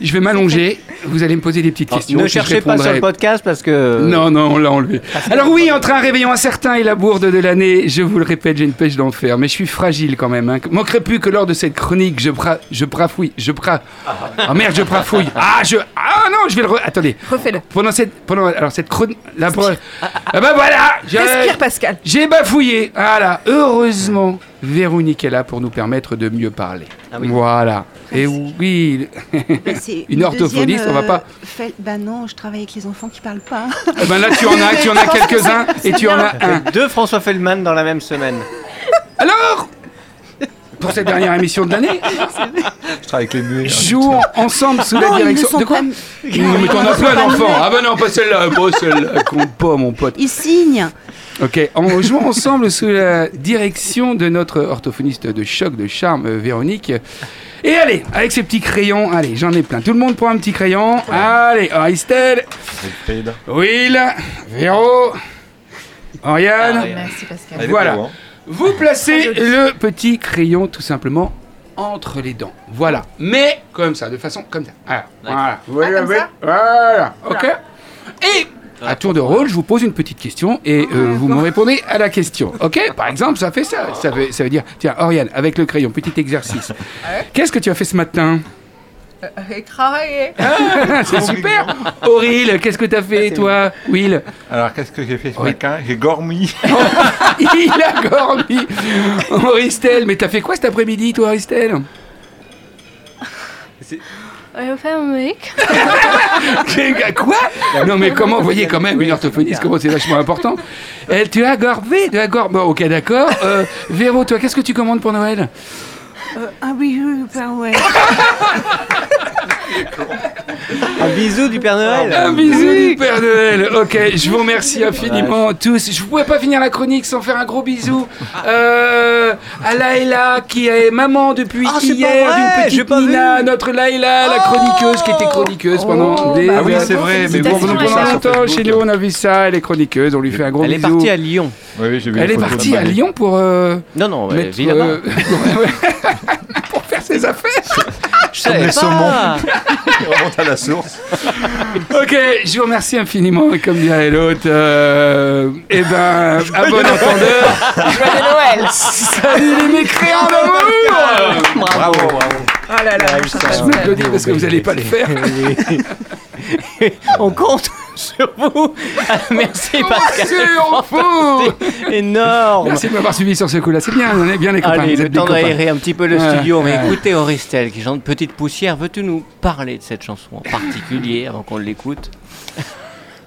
Je vais m'allonger vous allez me poser des petites Alors, questions. Oh, ne puis je cherchez pas sur répondrai. le podcast parce que. Non, non, on l'a enlevé. Alors oui, entre un réveillon incertain et la bourde de l'année, je vous le répète, j'ai une pêche d'enfer, mais je suis fragile quand même. Hein. Manquerait plus que lors de cette chronique, je pra, je prafouille, je pra... Ah merde, je prafouille. Ah, je... Ah non, je vais le... re- Attendez. Refais-le. Pendant cette... Pendant... Alors cette chronique... La... pro- Ah ben voilà j'ai- Respire, Pascal. J'ai bafouillé. Voilà. Heureusement, Véronique est là pour nous permettre de mieux parler. oui. Voilà. Et oui, Mais Bah, c'est Une le orthophoniste, deuxième, on va euh, pas- fait- Bah non, je travaille avec les enfants qui parlent pas. Eh ben là tu en as, tu en as quelques-uns et tu en as un. Deux François Feldman dans la même semaine. Alors, pour euh, cette dernière émission de l'année, Je travaille avec les muets. jouons ensemble sous la non, ils ne direction. sont de quoi pas. Non, mais t'en as plein d'enfants. Ah bah non, pas celle-là, pas celle-là, compte pas, mon pote. Ils signent. Ok, en jouant ensemble sous la direction de notre orthophoniste de choc, de charme, euh, Véronique. Et allez, avec ces petits crayons, allez, j'en ai plein. Tout le monde prend un petit crayon. Allez, Aristel, Will, Véro, Oriane. Ah, Merci Pascal. Voilà. hein. Vous placez le petit crayon tout simplement entre les dents. Voilà. Mais comme ça, de façon comme ça. Ah, Voilà. Vous Ah, comme l'avez ça Voilà. OK Et à tour de rôle, je vous pose une petite question et euh, vous me répondez à la question. OK Par exemple, ça fait ça. Ça veut, ça veut dire, tiens, Oriane, avec le crayon, petit exercice. Qu'est-ce que tu as fait ce matin Avec travailler. Ah, C'est super Auril, qu'est-ce que tu as fait, toi Will Alors, qu'est-ce que j'ai fait ce matin J'ai gormi. Il a gormi Auristel, mais t'as fait quoi cet après-midi, toi, Auristel Ouais, au fait, un mec. Qu'est- Quoi Non mais comment, vous voyez quand même, une orthophoniste, comment c'est vachement important. Elle, tu as gorvé, tu as gorvé. Bon, ok, d'accord. Euh, Véro, toi, qu'est-ce que tu commandes pour Noël Euh, ah oui, oui, oui, bah ouais. Un bisou du Père Un Noël. bisou, Père Noël. Ok, je vous remercie infiniment tous. Je ne pouvais pas finir la chronique sans faire un gros bisou euh, à Laïla, qui est maman depuis Ah, c'est pas hier, vrai, d'une j'ai petite pas Oh Nina, notre Laïla, la chroniqueuse qui était chroniqueuse bah pendant des... Ah oui, c'est vrai, mais bon, Bon, vous nous pendant pensez à longtemps, chez nous, on a vu ça, elle est chroniqueuse, on lui fait un gros Elle est bisou. partie à Lyon. Oui, j'ai vu Elle les est photos partie de à Bali. Lyon pour... euh, Non, non, Mettre, mais évidemment. euh, ouais, ouais. pour faire ses affaires. Je Comme savais les pas. On remonte à la source. euh, Ok, je vous remercie infiniment. Et comme dirait l'autre, euh, eh ben, à bon entendeur, Joyeux Noël. salut les mécréants bah d'amour Bravo. Ah Oh là là, je Je vous applaudis parce que vous n'allez pas les faire. On compte sur vous. Ah, Merci Pascal. C'est en fou Énorme. Merci de m'avoir suivi sur ce coup-là. C'est bien, on est bien les copains. Allez, vous le êtes des temps copains. d'aérer un petit peu le Ouais. studio. Mais Ouais. écoutez, Auristel, qui chante Petite Poussière, veux-tu nous parler de cette chanson en particulier avant qu'on l'écoute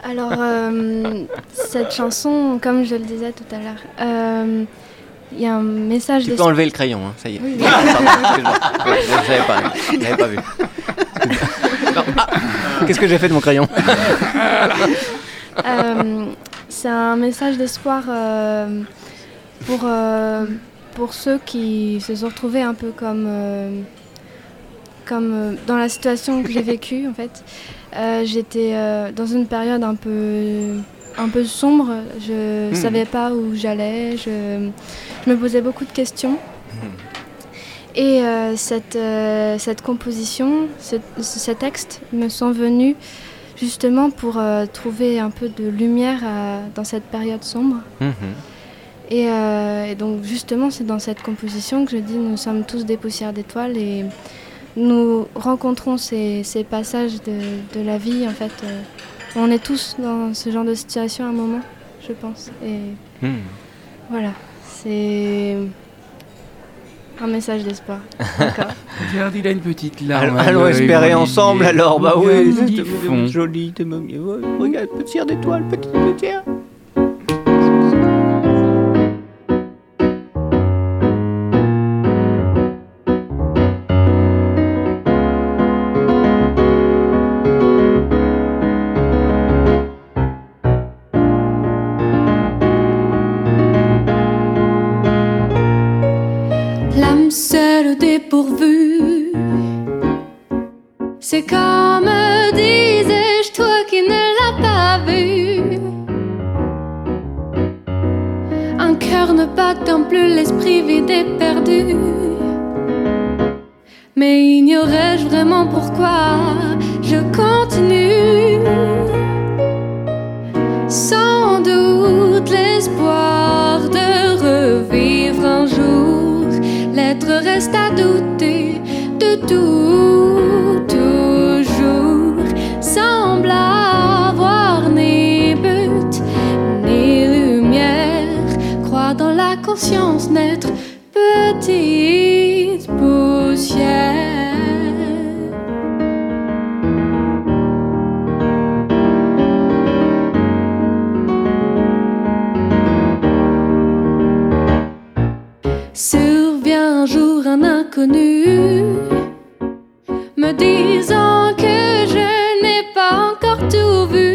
Alors, euh, cette chanson, comme je le disais tout à l'heure, euh, il y a un message Tu peux d'espoir. enlever le crayon, hein, ça y est. Oui. Ah, pardon, excuse-moi. Ouais, Je ne savais pas, je l'avais pas vu. Non, ah, Qu'est-ce que j'ai fait de mon crayon Euh, c'est un message d'espoir euh, pour, euh, pour ceux qui se sont retrouvés un peu comme, euh, comme euh, dans la situation que j'ai vécue en fait. Euh, J'étais euh, dans une période un peu, un peu sombre, je Mhm. savais pas où j'allais, je, je me posais beaucoup de questions. Et euh, cette, euh, cette composition, ce, ce texte me sont venus justement pour euh, trouver un peu de lumière à- dans cette période sombre. Mhm. Et, euh, et donc justement, c'est dans cette composition que je dis nous sommes tous des poussières d'étoiles et nous rencontrons ces, ces passages de, de la vie. En fait, euh, on est tous dans ce genre de situation à un moment, je pense. Et Hmm. voilà, c'est un message d'espoir. D'accord. Regarde, il a une petite larme. Allons, hein, allons espérer ensemble alors, bah oui, Ils c'était font. joli, t'es mimi. Ouais, regarde, petite d'étoile, petite petite. L'âme seule au dépourvu. C'est comme disais-je, toi qui ne l'as pas vu. Un cœur ne battant plus, l'esprit vide et perdu. Mais ignorais-je vraiment pourquoi je continue. Sans doute l'espoir de revivre un jour. L'être reste à douter de tout, toujours. Semble avoir ni but, ni lumière. Crois dans la conscience naître, petite poussière. Survient un jour un inconnu, me disant que je n'ai pas encore tout vu.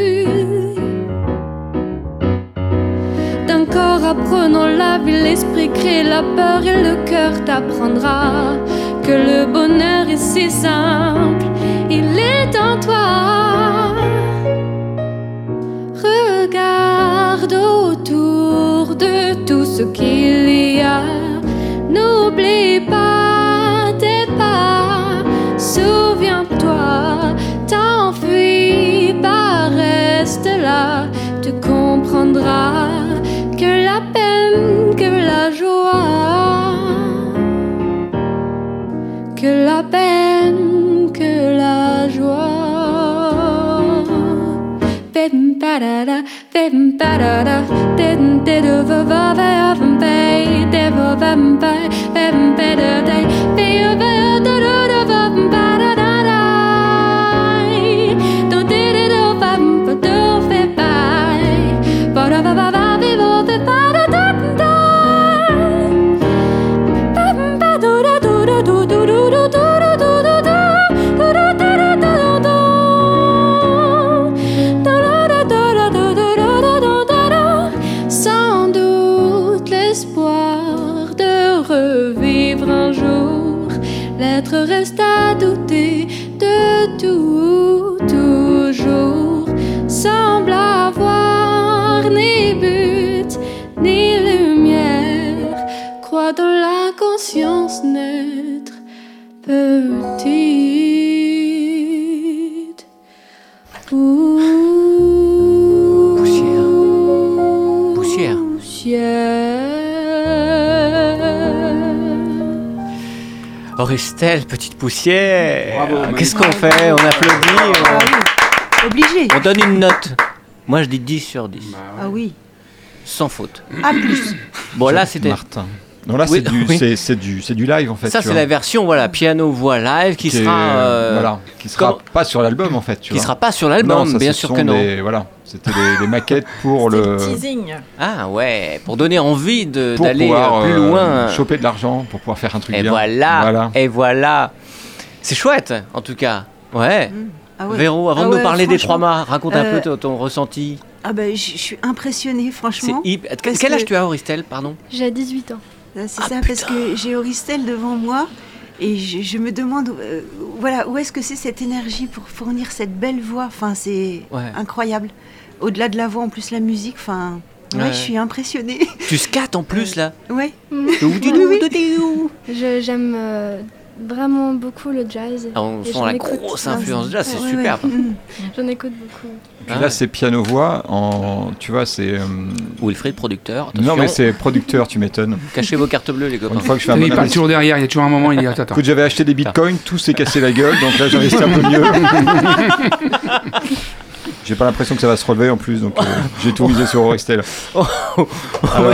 D'un corps apprenant la vie, l'esprit crée la peur et le cœur t'apprendra que le bonheur est si simple, il est en toi. Regarde autour de tout ce qu'il y a. N'oublie pas tes pas. Souviens-toi, t'enfuis pas, reste là. Tu comprendras que la peine, que la joie, que la peine, que la joie. Bim ba-da-da, bim ba-da-da, din di-do-va-va-va-va-va-va, di-va-va-va-va, bim ba-da-da, bi-va-va-da-da-da-va-va-da-da-da. Dun di-di-do-va-va-do-va-va, ba-da-va-va-va-vi-vo-vi-va-da-da-da. Bim ba-do-da-do-da-do-do-do-do-do-do-do-do-do-do, do-do-da-da-da-da-da. Sans doute l'espoir de revivre un jour. L'être reste à douter de tout, toujours. Semble avoir ni but, ni lumière. Crois dans la conscience neutre, petite. Poussière. Poussière. Aurestelle, Oh, petite poussière. Ah, Bravo, Qu'est-ce qu'on fait On applaudit, Obligé. on, on donne une note. Moi, je dis 10 sur 10, Ah oui. sans faute. Ah plus. Bon, là, c'était. Martin. Non, là, Oui, c'est du, oui. c'est- c'est du, c'est du live en fait. Ça, tu c'est vois, la version voilà, piano voix live qui, est- sera euh, voilà, qui sera comment- pas sur l'album en fait. Tu qui vois. sera pas sur Non, l'album, ça, bien ce sûr sont que non. des- voilà, c'était des, des maquettes pour C'est le teasing. Ah ouais, pour donner envie de- pour d'aller pouvoir euh, plus euh, loin. choper de l'argent pour pouvoir faire un truc Et bien. voilà, Voilà. et voilà. C'est chouette, en tout cas. Ouais. Ah ouais. Véro, avant Ah de nous ouais, parler des franchement. trois mâts, raconte un euh, peu ton, ton ressenti. Ah ben je je suis impressionnée C'est franchement. hip- Quel parce quel âge que- tu as, Auristel Pardon J'ai 18 ans. Euh, C'est ça parce que j'ai Auristel devant moi et je, je me demande euh, voilà où est-ce que c'est cette énergie pour fournir cette belle voix. Enfin c'est Ouais. incroyable. Au-delà de la voix en plus la musique. Enfin ouais, Ouais. je suis impressionnée. Tu scates en plus, là. ouais. Mm. Je- J'aime euh, vraiment beaucoup le jazz. Ah, On Et sent j'en la écoute. grosse Ah, influence déjà, c'est Ouais, ouais, superbe. ouais. Mm. J'en écoute beaucoup. euh, Puis Ah là, ouais. c'est piano voix. En, tu vois, c'est euh, Wilfried, producteur, attention, non mais c'est producteur. Tu m'étonnes. cachez vos cartes bleues, les copains. Une fois que je fais un Oui, il bon part investissement- toujours derrière, il y a toujours un moment, il dit attends, attends. Écoute, j'avais acheté des bitcoins, tout s'est cassé la gueule, donc là j'investis un peu mieux. J'ai pas l'impression que ça va se relever en plus, donc euh, j'ai tout misé sur Oristel. Alors,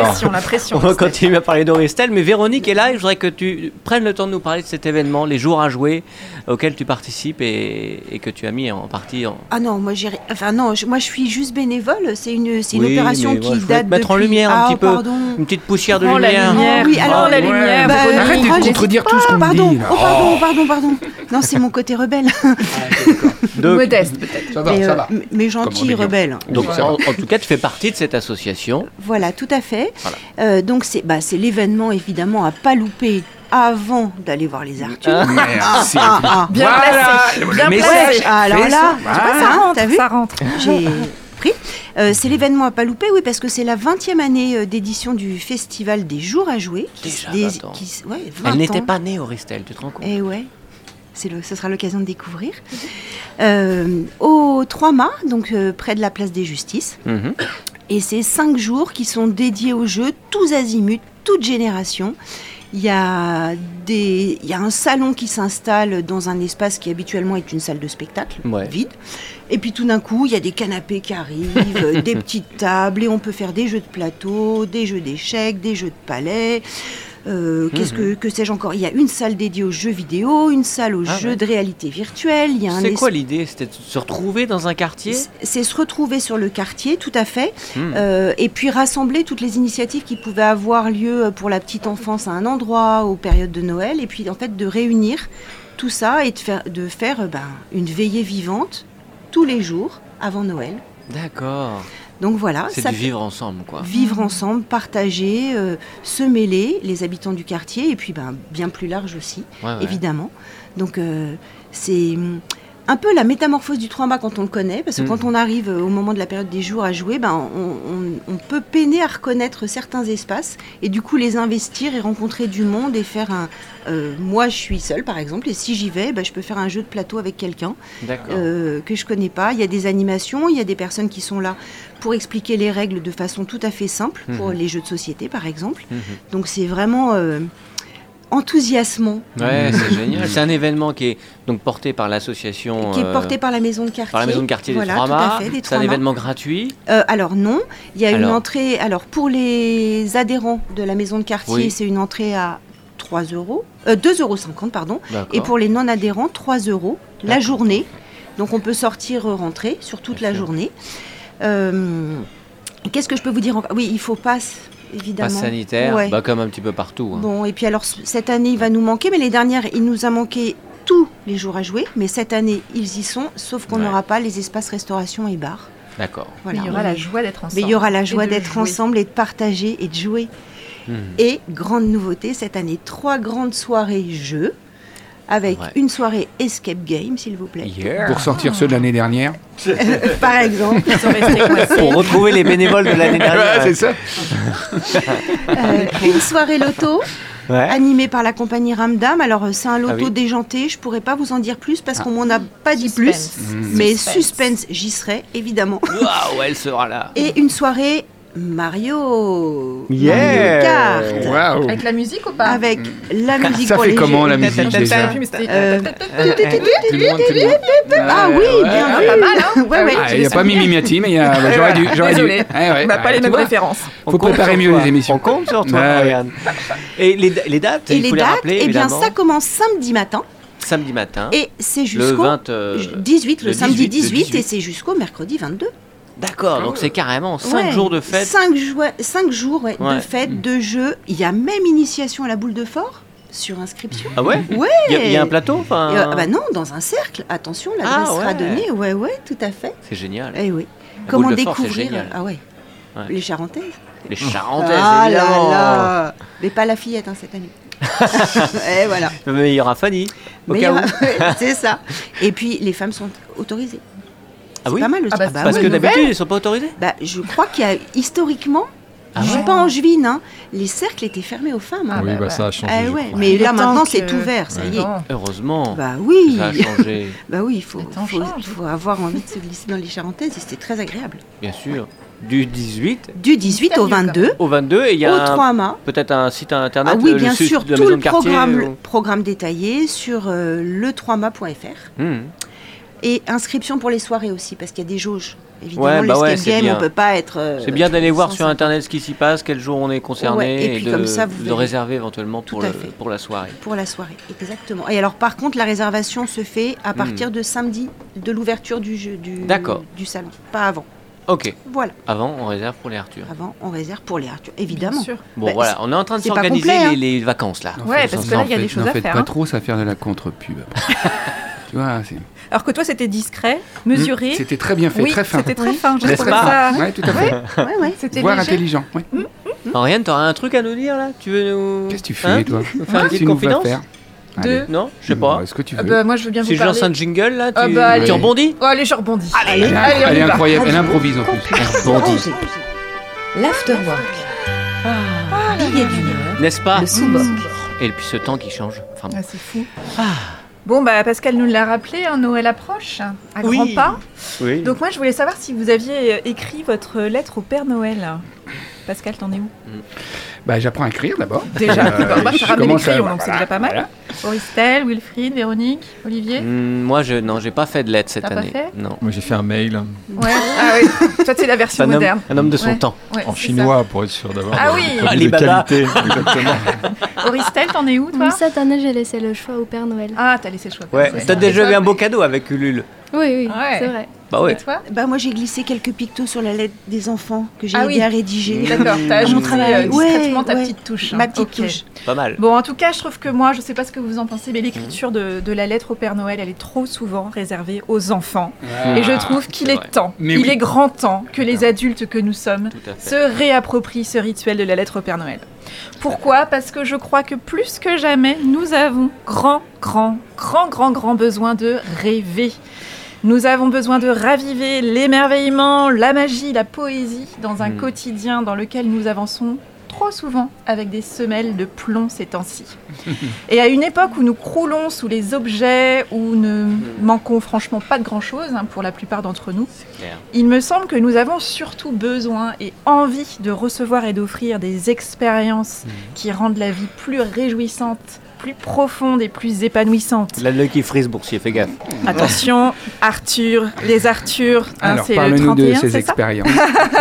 Pression, la On pression. va continuer à parler d'Auristel, mais Véronique est là et je voudrais que tu prennes le temps de nous parler de cet événement, les jours à jouer auxquels tu participes et, et que tu as mis en partie en. Ah non, moi j'irai. Enfin non, je- moi je suis juste bénévole. C'est une, c'est une Oui, opération mais qui voilà, je voulais date te mettre en depuis- lumière un Ah, petit peu. pardon. Une petite poussière de Oh, la lumière. lumière. Ah oui, alors Oh, la ouais. lumière. Bah, Véronique. euh, Arrête oh, de j'ai- contredire tout ce qu'on Pardon, dit. là. oh, pardon, pardon, pardon. Non, c'est mon côté rebelle. De- Modeste peut-être. Ça va, mais, ça euh, va. m- mais Comme gentil, Aurélien. rebelle. Donc, ça va. en, en tout cas, tu fais partie de cette association. Voilà, tout à fait. Euh, donc c'est bah, c'est l'événement évidemment à pas louper avant d'aller voir les Arthur. Merci. Ah, ah, Bien Voilà, placé. le Bien message. placé. ah, alors fais là, ça. tu vois, Ah, Ça ça rentre, t'as rentre, vu ça rentre. J'ai pris. Euh, c'est l'événement à pas louper, oui, parce que c'est la 20e année euh, d'édition du Festival des Jours à jouer. Déjà des- 20 ans. qui s- ouais, 20 Elle n'était ans. pas née, Auristel, tu te rends compte Eh ouais. c'est le- ce sera l'occasion de découvrir. Euh, au 3 mâts, donc euh, près de la place des Justices. Mhm. Et c'est cinq jours qui sont dédiés au jeu, tous azimuts, toutes générations. Il y, a des, il y a un salon qui s'installe dans un espace qui habituellement est une salle de spectacle, Ouais. vide. Et puis tout d'un coup, il y a des canapés qui arrivent, euh, des petites tables, et on peut faire des jeux de plateau, des jeux d'échecs, des jeux de palais. Euh, Qu'est-ce que, Mhm. que sais-je encore Il y a une salle dédiée aux jeux vidéo, une salle aux Ah jeux ouais. de réalité virtuelle. Il y a un C'est quoi es- l'idée C'était de se retrouver dans un quartier c'est- C'est se retrouver sur le quartier, tout à fait. Hmm. Euh, et puis rassembler toutes les initiatives qui pouvaient avoir lieu euh, pour la petite enfance à un endroit, aux périodes de Noël, et puis en fait de réunir tout ça et de faire, de faire euh, ben, une veillée vivante tous les jours avant Noël. D'accord. Donc voilà, C'est ça du fait- vivre ensemble, quoi. vivre ensemble, partager, euh, se mêler, les habitants du quartier, et puis ben, bien plus large aussi, Ouais, ouais. évidemment. Donc euh, c'est hum, un peu la métamorphose du 3 mâts quand on le connaît, parce que Mm. quand on arrive euh, au moment de la période des jours à jouer, ben, on, on- on peut peiner à reconnaître certains espaces, et du coup les investir et rencontrer du monde et faire un... euh, moi je suis seule par exemple, et si j'y vais, ben, je peux faire un jeu de plateau avec quelqu'un. D'accord. Euh, que je connais pas. Il y a des animations, il y a des personnes qui sont là pour expliquer les règles de façon tout à fait simple, pour Mhm. les jeux de société par exemple. Mhm. Donc c'est vraiment euh, enthousiasmant, Ouais, c'est génial. C'est un événement qui est donc porté par l'association. qui est euh, porté par la maison de quartier. par la maison de quartier voilà, des Trois tout à Mâts. fait, des C'est un Trois Mâts. événement gratuit. Euh, alors non, il y a Alors. une entrée. Alors pour les adhérents de la maison de quartier, Oui. c'est une entrée à 3 euros, euh, 2,50 euros pardon. Et D'accord. pour les non-adhérents, 3 euros la D'accord. journée. Donc on peut sortir, euh, rentrer sur toute Bien la sûr. journée. Euh, Qu'est-ce que je peux vous dire encore Oui, il faut passe, évidemment. Passe sanitaire, Ouais. bah, comme un petit peu partout. hein. Bon, et puis alors c- cette année, il va nous manquer, mais les dernières, il nous a manqué tous les jours à jouer. Mais cette année, ils y sont, sauf qu'on Ouais. n'aura pas les espaces restauration et bar. D'accord. Voilà. Mais il y aura la joie d'être ensemble. Mais il y aura la et joie de d'être jouer. ensemble et de partager et de jouer. Mhm. Et grande nouveauté cette année, trois grandes soirées jeux avec Ouais. une soirée escape game, s'il vous plaît. Yeah. Pour sortir ceux de l'année dernière. Par exemple, Ils sont restés coincés. Pour retrouver les bénévoles de l'année Ouais, dernière. c'est ça. euh, une soirée loto Ouais. animée par la compagnie Ramdam. Alors euh, c'est un loto Ah oui. Ah. déjanté, je pourrais pas vous en dire plus parce qu'on m'en a pas dit plus. Mais suspense, j'y serai évidemment. Waouh, elle sera là. Et une soirée Mario, Yeah. Mario Kart Waouh. Avec la musique ou pas avec la musique Ça pour fait les comment jeux. la musique Tata, déjà puis c'était- Euh, Tout le monde, tout le monde. Ah oui, bien ouais. vu. Pas mal, hein Ouais, ouais. Ah, Il n'y a pas Mimi Miati, mais il y a- bah, j'aurais dû. j'aurais dû. Désolé. Ouais, ouais. On n'a pas Ouais, les tu mêmes vois. références. On Faut compte préparer sur mieux toi. les émissions. On compte sur toi, Ouais. Marianne. Et les, les dates, Et il les faut les dates, rappeler, eh bien évidemment. ça commence samedi matin Samedi matin, et c'est le jusqu'au 20... euh, 18, le, le samedi 18, le 18, 18. et c'est jusqu'au mercredi 22. D'accord, Oh. donc c'est carrément 5 jours de fête. 5, jours ouais, Ouais. de fête, de jeu. Il y a même initiation à la boule de fort sur inscription. Ah ouais Ouais. Il y, a- il y a un plateau enfin... Et, euh, bah non, dans un cercle. Attention, l'adresse Ah, ouais. sera donnée. Ouais, ouais, tout à fait. C'est génial. Eh oui. La Comment boule de fort, c'est découvrir génial. Ah ouais. Ouais. Les Charentaises. Les Charentaises, ah là évidemment. là. Mais pas la fillette hein, cette année. Et voilà. Mais il y aura Fanny. Au Mais il cas y où. aura- ouais, c'est ça. Et puis les femmes sont autorisées. Ah C'est oui pas mal le Ah bah, ah bah Parce oui. que nouvelle. d'habitude, ils sont pas autorisés. Bah, je crois qu'il y a historiquement, Ah je suis ouais pas angevine, hein, les cercles étaient fermés aux femmes. hein. Ah oui, bah, bah, ouais. ça a changé. Eh je ouais, crois. mais Le là temps maintenant que- c'est ouvert, ça y est. Non. Heureusement. Bah oui, Ça a changé, bah oui, il faut, Le temps faut, change. faut avoir envie de se glisser dans les charentaises et c'était très agréable. bien sûr. Du 18 Du 18 au Mystérieux, quand 22, au 22, et il y au a un- 3 mâts. peut-être un site internet. euh, Ah oui, le bien site sûr, de la tout maison le de quartier, euh, programme, ou- programme détaillé sur euh, le 3 mâsfr Hmm. et inscription pour les soirées aussi parce qu'il y a des jauges. Évidemment, Ouais, bah ouais, l'escape c'est game, bien. on peut pas être. euh, C'est bien d'aller voir sans sur ça. internet ce qui s'y passe, quel jour on est concerné Ouais, et puis de, comme ça, vous de verrez. réserver éventuellement pour, Tout à le- fait. pour la soirée. Pour la soirée, exactement. Et alors, par contre, la réservation se fait à partir de samedi, de l'ouverture du, jeu- du, Hmm. D'accord. du salon, pas avant. Ok, Voilà, avant on réserve pour les Arthur. avant, on réserve pour les Arthur, Bien évidemment. sûr. Ah. Bon Bah, voilà, on est en train de c'est pas s'organiser complet, hein. les, les vacances là. Ouais, Tous parce que là, ensemble. il y a des choses à N'en faire. faites pas hein. trop, ça va faire de la contre-pub. après. tu vois, c'est. Alors que toi, c'était discret. Mesuré. Mm, C'était très bien fait, oui, très fin. c'était très fin. Je Très trouvais fin. ça. Ouais, tout à fait. Ouais, ouais. C'était Voire léger. Hum, intelligent. ouais. Mmh, Ariane, t'auras un truc à nous dire là Tu veux nous. Qu'est-ce que tu fais, Hein toi Faire une Qu'est-ce que petite tu nous vas confidence faire De- Allez. Non, je sais pas. Est-ce que tu Ah veux bah, moi, je veux bien vous Si je parler. lance un jingle là, tu, Ah bah, tu allez. rebondis Oh, allez, je rebondis. Elle Allez, est on elle y est va. incroyable, elle improvise en plus. Elle rebondit. Angers. L'afterwork. Billet d'humeur. Ah. Ah, N'est-ce pas Le sous-boc. Mm. Et puis ce temps qui change. Enfin bon. Ah, c'est fou. Bon, bah, Pascal nous l'a rappelé, hein, Noël approche, à Oui. grands pas. Oui. Donc moi, je voulais savoir si vous aviez euh, écrit votre lettre au Père Noël. Pascal, t'en es où Bah, j'apprends à écrire d'abord. Déjà, Euh, bah, bah, je ça ramène les commence à- crayons, donc c'est voilà, déjà pas mal. voilà. Auristel, Wilfried, Véronique, Olivier Hmm, moi, je non, j'ai pas fait de lettre cette T'as pas année. fait non. Moi, j'ai fait un mail Ouais, ah oui, toi, c'est la version Un homme- moderne. un homme de son Ouais, temps. ouais, en c'est chinois pour être sûr d'avoir Ah des- oui. des produits Alibaba. de qualité. Exactement. ça. Auristel, t'en es où, toi Cette année, j'ai laissé le choix au Père Noël. Ah, t'as laissé le choix. Ouais, C'est ça. t'as déjà eu un beau cadeau avec Ulule. Oui, oui, Ouais. c'est vrai. Bah Et ouais. toi Bah moi j'ai glissé quelques pictos sur la lettre des enfants que j'ai Ah oui. aidé à rédiger. D'accord, t'as Dans mon ajouté travail. euh, discrètement Ouais, ta ouais. petite touche. hein. Ma petite Ok. touche. Pas mal. Bon, en tout cas, je trouve que moi, je sais pas ce que vous en pensez, mais l'écriture de, de la lettre au Père Noël, elle est trop souvent réservée aux enfants. Ah. Et je trouve qu'il c'est est vrai. temps, Mais il oui. est grand temps que les adultes que nous sommes Tout à fait. se réapproprient ce rituel de la lettre au Père Noël. Pourquoi Parce que je crois que plus que jamais, nous avons grand, grand, grand, grand, grand besoin de rêver. Nous avons besoin de raviver l'émerveillement, la magie, la poésie dans un Mm. quotidien dans lequel nous avançons trop souvent avec des semelles de plomb ces temps-ci. Et à une époque où nous croulons sous les objets, où ne manquons franchement pas de grand-chose hein, pour la plupart d'entre nous, Ah clair. il me semble que nous avons surtout besoin et envie de recevoir et d'offrir des expériences qui rendent la vie plus réjouissante, plus profonde et plus épanouissante. La Lucky Freeze boursier, fais gaffe. Attention, Arthur, les Arthurs, hein, Alors, c'est le parle-nous de 31, ces c'est ça expériences.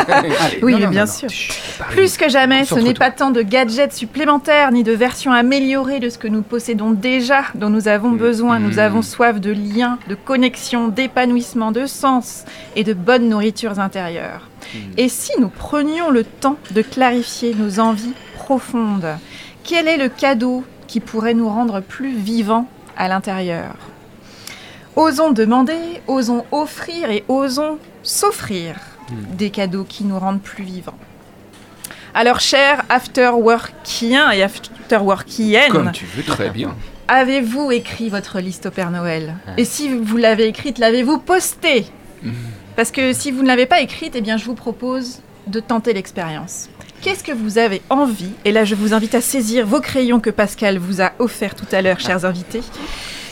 Allez, Oui, non, mais non, bien non, non. sûr. Chut, parlez-nous. Plus que jamais, ce Centre-toi. n'est pas tant de gadgets supplémentaires ni de versions améliorées de ce que nous possédons déjà dont nous avons Mm, besoin. Nous avons soif de liens, de connexions, d'épanouissement, de sens et de bonnes nourritures intérieures. Mm. Et si nous prenions le temps de clarifier nos envies profondes Quel est le cadeau qui pourrait nous rendre plus vivants à l'intérieur Osons demander, osons offrir et osons s'offrir des cadeaux qui nous rendent plus vivants. Alors, chers afterworkiens et Comme afterworkiennes, tu veux, très bien. avez-vous écrit votre liste au Père Noël Et si vous l'avez écrite, l'avez-vous postée Parce que si vous ne l'avez pas écrite, eh bien, je vous propose de tenter l'expérience. Qu'est-ce que vous avez envie Et là, je vous invite à saisir vos crayons que Pascal vous a offerts tout à l'heure, chers invités.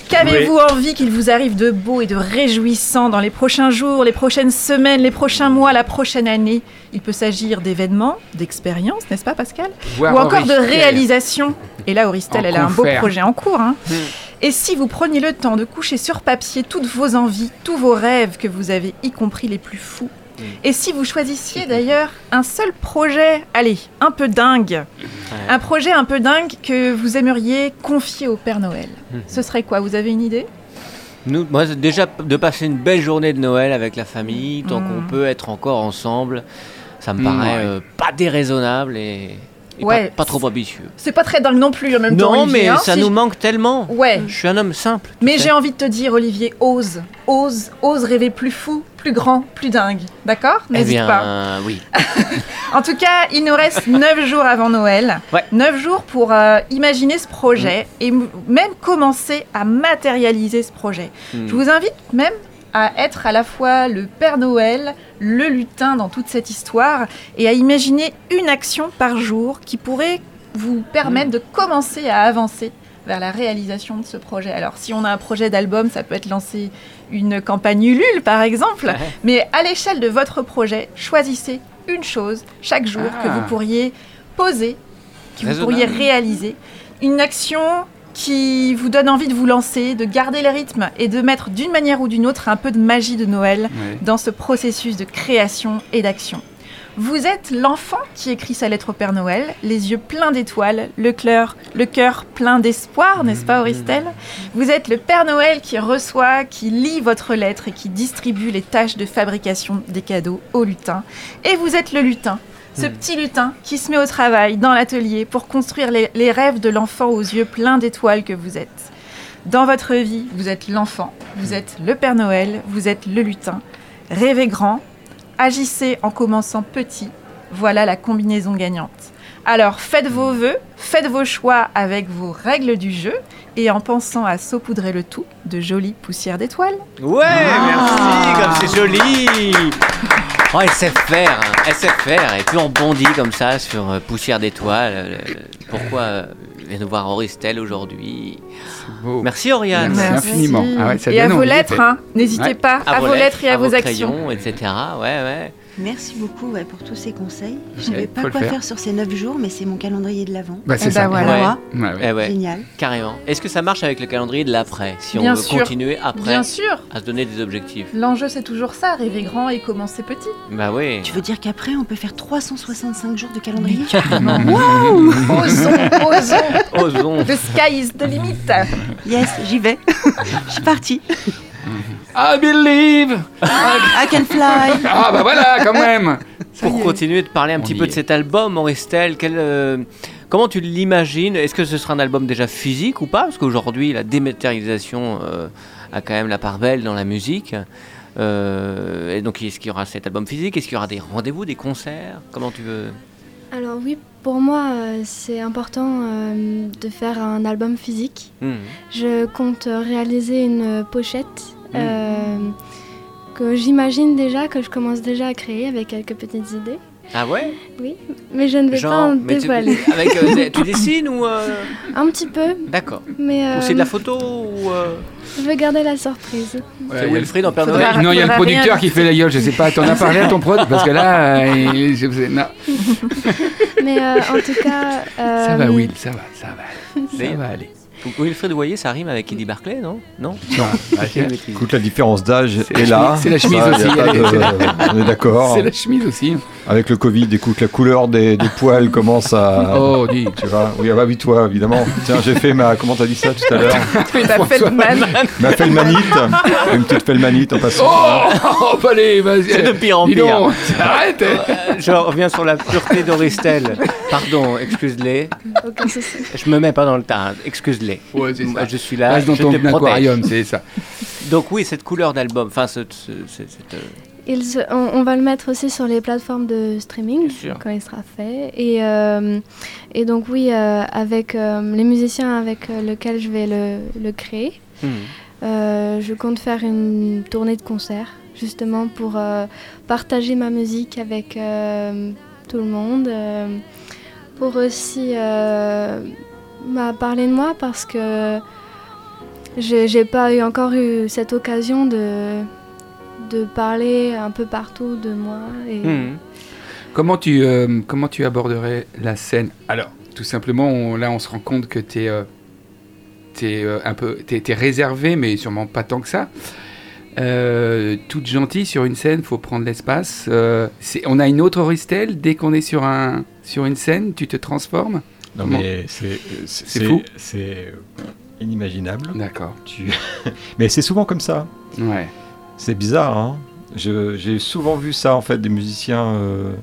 Qu'avez-vous envie qu'il vous arrive de beau et de réjouissant dans les prochains jours, les prochaines semaines, les prochains mois, la prochaine année Il peut s'agir d'événements, d'expériences, n'est-ce pas, Pascal Voir ou encore de Auristel. réalisation. Et là, Auristel, En elle a un beau confère. projet en cours. hein. Mm. Et si vous preniez le temps de coucher sur papier toutes vos envies, tous vos rêves que vous avez, y compris les plus fous, et si vous choisissiez d'ailleurs un seul projet, allez, un peu dingue, un projet un peu dingue que vous aimeriez confier au Père Noël, Mm-hmm. ce serait quoi Vous avez une idée Nous, moi, c'est déjà p- de passer une belle journée de Noël avec la famille, tant qu'on Mm. peut être encore ensemble, ça me Mm, paraît Mmh. ouais. euh, pas déraisonnable et, et Ouais, pas, pas trop ambitieux. C'est pas très dingue non plus en même temps. Non, Olivier, mais hein, ça si nous je- manque tellement. Mm. Ouais, Je suis un homme simple. tu Mais sais. j'ai envie de te dire, Olivier, ose, ose, ose rêver plus fou, plus grand, plus dingue. D'accord Eh N'hésite bien, pas. euh, oui. En tout cas, il nous reste 9 jours avant Noël. Ouais. Mm. 9 jours pour euh, imaginer ce projet et m- même commencer à matérialiser ce projet. Mm. Je vous invite même à être à la fois le Père Noël, le lutin dans toute cette histoire et à imaginer une action par jour qui pourrait vous permettre de commencer à avancer vers la réalisation de ce projet. Alors si on a un projet d'album, ça peut être lancer une campagne Ulule par exemple, mais à l'échelle de votre projet, choisissez une chose chaque jour que Ah. vous pourriez poser, que vous Raisonnable. pourriez réaliser, une action qui vous donne envie de vous lancer, de garder le rythme et de mettre d'une manière ou d'une autre un peu de magie de Noël Ouais. dans ce processus de création et d'action. Vous êtes l'enfant qui écrit sa lettre au Père Noël, les yeux pleins d'étoiles, le cœur, le cœur plein d'espoir, n'est-ce pas Auristel Vous êtes le Père Noël qui reçoit, qui lit votre lettre et qui distribue les tâches de fabrication des cadeaux au lutin. Et vous êtes le lutin, ce petit lutin qui se met au travail dans l'atelier pour construire les, les rêves de l'enfant aux yeux pleins d'étoiles que vous êtes. Dans votre vie, vous êtes l'enfant, Mm. vous êtes le Père Noël, vous êtes le lutin. Rêvez grand, agissez en commençant petit, voilà la combinaison gagnante. Alors faites Mm. vos vœux, faites vos choix avec vos règles du jeu et en pensant à saupoudrer le tout de jolies poussières d'étoiles. Ouais, merci, comme c'est joli. Ah. Oh, elle sait faire, hein, elle sait faire. Et puis on bondit comme ça sur euh, Poussière d'étoiles. euh, pourquoi euh, vient nous voir Auristel aujourd'hui. Merci Oriane. Merci Merci. infiniment. Ah ouais, ça Et à donne vos envie, lettres, fait. hein. n'hésitez Ouais. pas à, vos lettres et à, vos actions. crayons, etc. Ouais, ouais. Merci beaucoup ouais, pour tous ces conseils. Je ne Ouais, savais pas faut le quoi faire. faire. sur ces 9 jours, mais c'est mon calendrier de l'avant. Bah, c'est Eh ça. ben voilà. Ouais. Ouais, ouais. Eh ouais. Génial. Carrément. Est-ce que ça marche avec le calendrier de l'après Si on Bien veut sûr. continuer après Bien sûr. à se donner des objectifs. L'enjeu, c'est toujours ça, rêver grand et commencer petit. Bah oui. Tu veux dire qu'après, on peut faire 365 jours de calendrier Waouh Osons, osons. Osons. The sky is the limit. Yes, j'y vais. Je suis partie. I believe I can fly. Ah bah voilà, quand même Pour continuer de parler un petit peu de cet album, Auristel, quel, euh, comment tu l'imagines Est-ce que ce sera un album déjà physique ou pas Parce qu'aujourd'hui, la dématérialisation euh, a quand même la part belle dans la musique. Euh, et donc, est-ce qu'il y aura cet album physique Est-ce qu'il y aura des rendez-vous, des concerts Comment tu veux Alors oui, pour moi, euh, c'est important euh, de faire un album physique. Mhm. Je compte euh, réaliser une euh, pochette Hmm. euh, que j'imagine déjà, que je commence déjà à créer avec quelques petites idées. Ah ouais Oui, mais je ne vais pas en mais tu- dévoiler. avec, euh, des- tu dessines ou euh, Un petit peu, D'accord. mais euh, Ou c'est de la photo ou euh, je vais garder la surprise. C'est Wilfried en Père Ouais, Noël. Non, il y a le faudra producteur rien. qui fait la gueule, je sais pas. T'en as parlé à ton prod Parce que là, euh, il- je faisais- non. Mais euh, en tout cas, ça euh, va, Will, Ah bah ça va, ça va. Mais- Ça va aller. Donc, Wilfried Voyer, ça rime avec Eddie Barclay, non Non Non. Ah, quelle maîtrise. Écoute, la différence d'âge est, la là. chemise- c'est la chemise Ça, y a aussi, pas elle est- de- c'est la- Euh, On est d'accord. C'est la chemise aussi. Avec le Covid, écoute, la couleur des, des poils commence à. Oh, dis. Tu vois Oui, ah bah oui, toi, évidemment. Tiens, j'ai fait ma. Comment t'as dit ça tout à l'heure Oui, t'as fait le man. Ma felmanite. Une petite felmanite en passant. Oh, oh bah allez, vas-y. C'est de pire en Dis pire. donc, arrête Euh, Je reviens sur la pureté d'Auristel. Pardon, excuse-les. aucun souci. Je me mets pas dans le tas. Excuse-les. Ouais, c'est Moi, ça. je suis là. Reste dans je ton te aquarium, protège. c'est ça. Donc oui, cette couleur d'album. Enfin, ce- ce- ce- cette, euh, Il se- on, on va le mettre aussi sur les plateformes de streaming sûr. quand il sera fait. Et, euh, et donc oui, euh, avec euh, les musiciens avec euh, lesquels je vais le, le créer, Mhm. euh, je compte faire une tournée de concerts justement pour euh, partager ma musique avec euh, tout le monde, euh, pour aussi euh, bah, parler de moi parce que j'ai j'ai pas eu encore eu cette occasion de de parler un peu partout de moi et Mhm. Comment tu, euh, comment tu aborderais la scène Alors, tout simplement, on- là, on se rend compte que tu es, un peu t'es- t'es réservé, mais sûrement pas tant que ça. Euh, toute gentille sur une scène, faut prendre l'espace. Euh, c'est- on a une autre Ristel dès qu'on est sur un sur une scène, tu te transformes. Non, Comment mais c'est c'est- C'est c'est- fou. C'est inimaginable. D'accord. Tu- mais c'est souvent comme ça. Ouais. C'est bizarre, hein Je- J'ai souvent vu ça, en fait, des musiciens euh,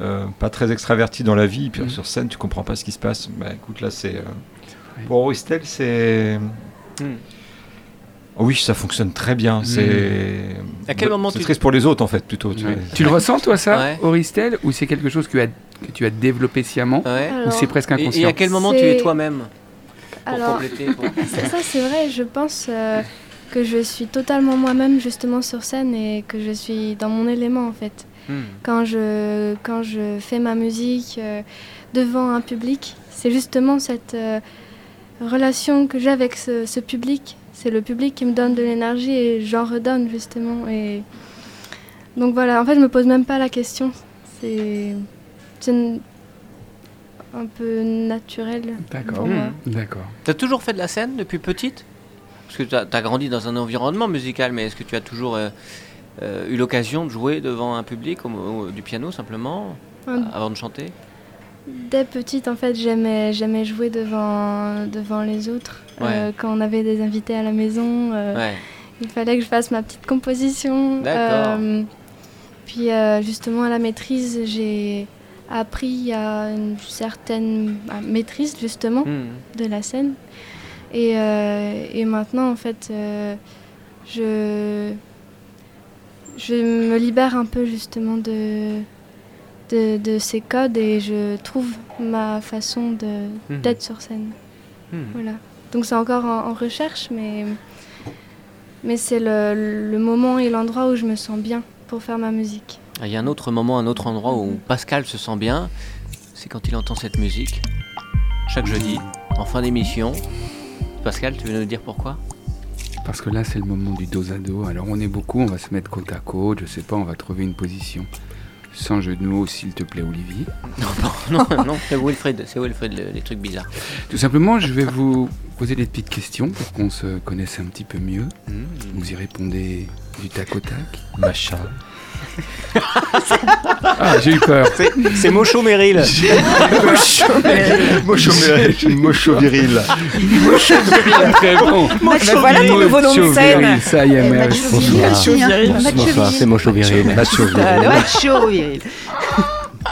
euh, pas très extravertis dans la vie, puis Mhm. sur scène, tu comprends pas ce qui se passe. Bah écoute, là, c'est... euh, Pour Ristel, c'est... Hmm. Mhm. Oh oui, ça fonctionne très bien. Hmm. C'est Bah, À quel moment c'est tu- triste pour les autres en fait plutôt. tu Ouais. vois. Tu le ressens toi ça, Ouais. Auristel, ou c'est quelque chose que, tu as- que tu as développé sciemment, Ouais. ou Alors- c'est presque Et- inconscient Et, à quel moment tu C'est- es toi-même Pour Alors- compléter. pour- ça, ça, c'est vrai je pense euh, que je suis totalement moi-même justement sur scène et que je suis dans mon élément en fait Hmm. quand je quand je fais ma musique euh, devant un public c'est justement cette euh, relation que j'ai avec ce, ce public c'est le public qui me donne de l'énergie et j'en redonne justement et donc voilà en fait je me pose même pas la question c'est c'est n- un peu naturel D'accord. pour moi. Hmm. D'accord. T'as toujours fait de la scène depuis petite Parce que t'as as grandi dans un environnement musical, mais est-ce que tu as toujours euh, euh, eu l'occasion de jouer devant un public, au- au- du piano simplement, Ouais. a- avant de chanter Dès petite, en fait, j'aimais, j'aimais jouer devant, devant les autres. Ouais. Euh, quand on avait des invités à la maison, euh, Ouais. il fallait que je fasse ma petite composition. D'accord. Euh, puis euh, justement, à la maîtrise, j'ai appris à une certaine à maîtrise, justement, Hmm. de la scène. Et, euh, et maintenant, en fait, euh, je, je me libère un peu justement de, de, de ces codes et je trouve ma façon de- Mhm. d'être sur scène. Mhm. Hmm. Voilà. Donc c'est encore en, en recherche, mais, mais c'est le, le moment et l'endroit où je me sens bien pour faire ma musique. Ah, Il y a un autre moment, un autre endroit où Pascal se sent bien, c'est quand il entend cette musique. chaque jeudi, en fin d'émission. Pascal, tu veux nous dire pourquoi Parce que là, c'est le moment du dos à dos. Alors, on est beaucoup, on va se mettre côte à côte. Je sais pas, on va trouver une position. Sans jeu de mots, s'il te plaît, Olivier. Non, non, c'est Wilfred, c'est Wilfred, le- les trucs bizarres. Tout simplement, je vais vous poser des petites questions pour qu'on se connaisse un petit peu mieux. Hmm. Vous y répondez du tac au tac. Machin. Ah, j'ai eu peur. C'est Mocho Meryl. Mocho viril. Mocho viril. Très bon. Mais voilà ton nouveau nom de scène. Ça y est, merci. C'est Mocho Meryl. Macho viril. Ah Macho viril.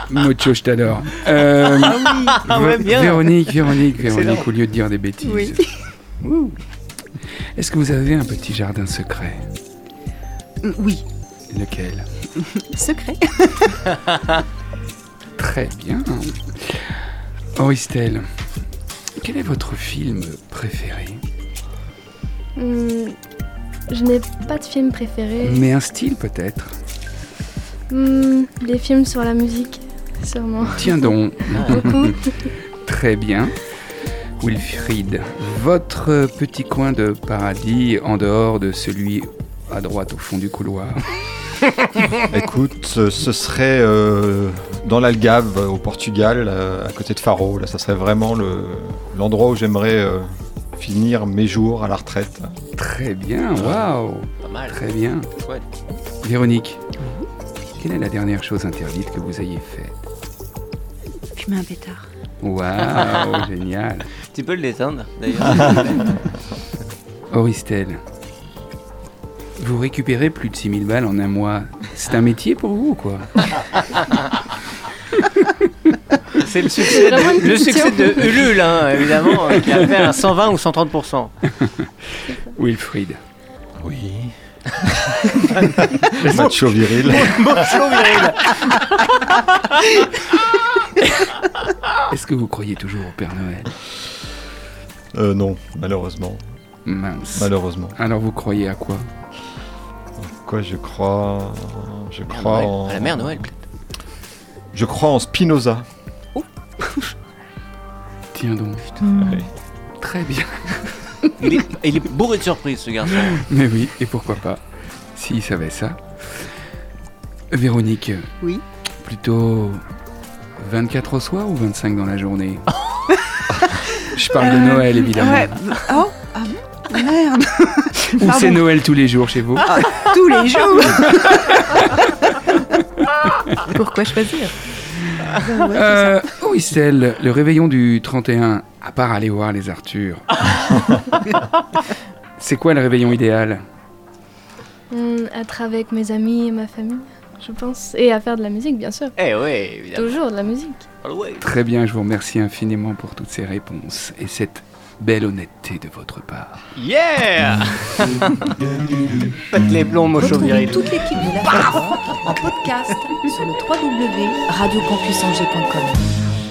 Mocho, je t'adore. Euh, Ah Ah ouais, Vé- bien. Véronique, Véronique, Véronique, au lieu de dire des bêtises. Ouh. Est-ce que vous avez un petit jardin secret Euh, Oui, Lequel secret. Très bien. Auristel, quel est votre film préféré Hum, je n'ai pas de film préféré. Mais un style peut-être Hum, les films sur la musique, sûrement. Tiens donc. Beaucoup. Très bien. Wilfried, votre petit coin de paradis en dehors de celui à droite au fond du couloir. Écoute, ce ce serait euh, dans l'Algave, au Portugal, euh, à côté de Faro. Là, ça serait vraiment le- l'endroit où j'aimerais euh, finir mes jours à la retraite. Très bien, waouh Ah. Pas mal. Très bien. Chouette. Véronique, quelle est la dernière chose interdite que vous ayez faite Fumer un pétard. Waouh, génial. Tu peux le détendre, d'ailleurs. Auristel, vous récupérez plus de 6000 balles en un mois. C'est un métier pour vous ou quoi C'est le succès, vraiment de, une le question. succès de Ulule, hein, évidemment, euh, qui a fait un 120 ou 130%. Wilfried. Oui. Macho viril. Mocho Meryl. Est-ce que vous croyez toujours au Père Noël Euh, non, malheureusement. Mince. Malheureusement. Alors vous croyez à quoi Quoi, je crois. Je Mère crois Noël. en. Ah, La mère Noël, peut-être. Je crois en Spinoza. Tiens donc. Très bien. Il est, il est bourré de surprises, ce garçon. Mais oui, et pourquoi pas S'il savait ça. Véronique. Oui. Plutôt 24 au soir ou 25 dans la journée Oh, Je parle de Noël évidemment. Ouais. Oh, ah bon Merde. ou c'est pardon. Noël tous les jours chez vous Ah, Tous les jours. Pourquoi choisir Euh, oui, celle, le réveillon du 31, à part aller voir les Arthur. c'est quoi le réveillon idéal Hum, être avec mes amis et ma famille, je pense. Et à faire de la musique, bien sûr. Eh ouais, évidemment. Toujours de la musique. Ouais. Très bien, je vous remercie infiniment pour toutes ces réponses et cette belle honnêteté de votre part. Yeah Pète les plombs, Mocho Retrouvez Viril. toute l'équipe de l'After Work en podcast sur le www.radiocampusangers.com.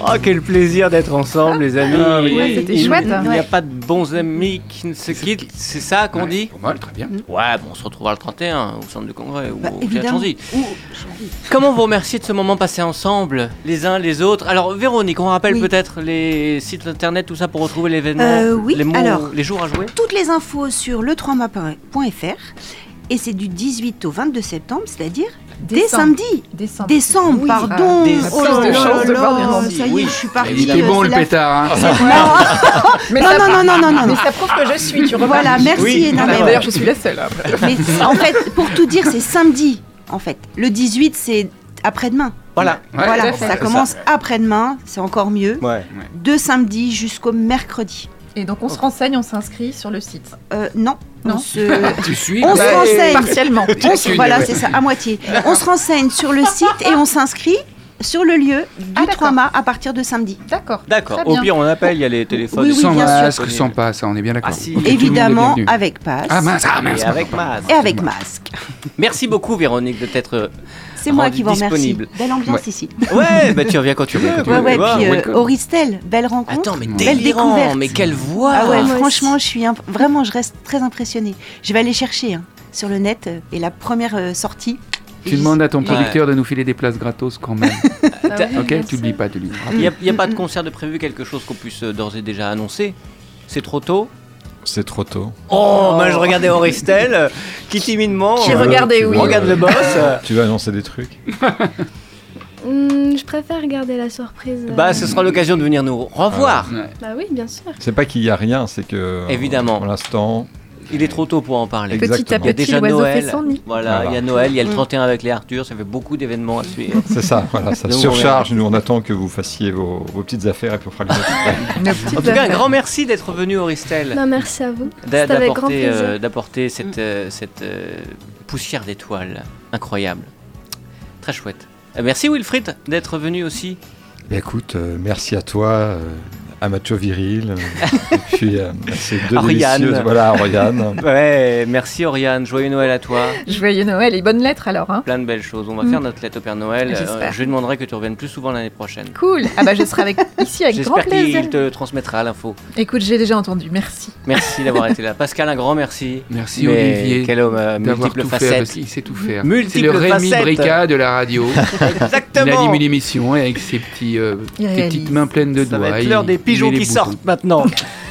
Oh, quel plaisir d'être ensemble, les amis. Ouais, c'était Il- chouette. Il n'y a Ouais. pas de bons amis qui ne se quittent, c'est ça qu'on Ouais, dit Pour moi, très bien. Ouais, bon, on se retrouvera le 31 au centre du congrès ou Bah, au théâtre évidemment. Chanzy. Ou- Comment vous remercier de ce moment passé ensemble, les uns les autres Alors, Véronique, on rappelle Oui. peut-être les sites internet, tout ça pour retrouver l'événement, Euh, oui, les, mots- alors. les jours à jouer Toutes les infos sur le3mapin.fr et c'est du 18 au 22 septembre, c'est-à-dire dès samedi. Décembre. Décembre, Oui. pardon. Ah, décembre. Oh là Plus de là chances de là, voir des gens. Ça y est, Oui. je suis Il partie. était euh, bon c'est le la- pétard. hein. Non, ça- non, non, non, non, non, Mais non. ça prouve que je suis, tu remarques. Voilà, merci. Oui. non, mais- D'ailleurs, D'ailleurs, je suis la seule. hein. mais c'est- en fait, pour tout dire, c'est samedi. En fait, le 18, c'est après-demain. Voilà. Ouais, voilà, bon, ça, bah, commence après-demain, c'est encore mieux. Ouais. De samedi jusqu'au mercredi. Et donc, on se renseigne, on s'inscrit sur le site. Euh, non, Non. on se, Tu suis on bah, se renseigne. Partiellement. On Chacune, se- voilà, ouais. c'est ça, à moitié. On se renseigne sur le site et on s'inscrit sur le lieu du Ah, d'accord. 3 à partir de samedi. D'accord. D'accord. Très Au bien. pire, on appelle, il y a les téléphones. Oui, oui, sans bien sûr. masque, sans pas, ça, on est bien d'accord. Ah, Ok, si. tout le monde est Évidemment, bienvenu. avec passe Ah mince, ah mince. Et avec Maz. et avec masque. Merci beaucoup, Véronique, de t'être. C'est moi Rendu qui vous remercie. disponible. Belle ambiance Ouais. ici. Ouais, bah tu reviens quand tu veux. Ouais, tu Ouais, veux, ouais, voir. puis euh, welcome. Auristel, belle rencontre. Attends, mais Belle délirant, découverte. mais quelle voix Ah ouais, moi franchement, je suis imp- vraiment, je reste très impressionnée. Je vais aller chercher hein, sur le net euh, et la première euh, sortie, Tu demandes à ton producteur de nous filer des places gratos quand même. euh, ok, tu l'oublies pas, tu l'oublies. Il n'y a, il y a pas de concert de prévu, quelque chose qu'on puisse euh, d'ores et déjà annoncer C'est trop tôt C'est trop tôt. Oh, moi je regardais Auristel euh, qui timidement Qui euh, regardait, tu oui. veux- regarde le boss. euh. Tu vas annoncer des trucs Hmm, je préfère garder la surprise. euh. Bah, ce sera l'occasion de venir nous revoir. Ah Ouais. Bah oui, bien sûr. C'est pas qu'il y a rien, c'est que. Évidemment. Pour l'instant. Il est trop tôt pour en parler. Exact. Petit à Exactement. Il y a petit, déjà l'oiseau fait Noël. son nid. Voilà, il y a Noël, il y Mm. a le 31 avec les Arthur, ça fait beaucoup d'événements à suivre. C'est ça, voilà, ça Donc, on surcharge. Nous, on attend que vous fassiez vos, vos petites affaires et puis on fera le reste après. En tout cas, un grand merci d'être venu, Auristel. Non, merci à vous. D'a- C'était avec grand d'apporter plaisir. euh, d'apporter cette, euh, cette euh, poussière d'étoiles incroyable. Très chouette. Euh, merci Wilfried d'être venu aussi. Bah, écoute, euh, merci à toi, euh, à Macho Viril, euh, et puis euh, à ces deux Ah, Oriane. délicieuses. Voilà, à Oriane. Ouais, merci Oriane, joyeux Noël à toi. Joyeux Noël et bonne lettre alors. hein. Plein de belles choses. On va Mm. faire notre lettre au Père Noël. Euh, J'espère. je lui demanderai que tu reviennes plus souvent l'année prochaine. Cool. Ah bah je serai avec, ici avec grand J'espère plaisir. qu'il te transmettra l'info. Écoute, j'ai déjà entendu. Merci. Merci d'avoir été là. Pascal, un grand merci. Merci Mais Olivier Quel homme, euh, d'avoir multiple tout fait parce facettes. qu'il sait tout faire. Multiple C'est le Rémi facettes. Brica de la radio. Il Exactement. anime une émission et avec ses, petits, euh, Il ses réalise. petites mains pleines de Ça doigts. va être il- l'heure des il met pigeons les qui boutons. sortent maintenant.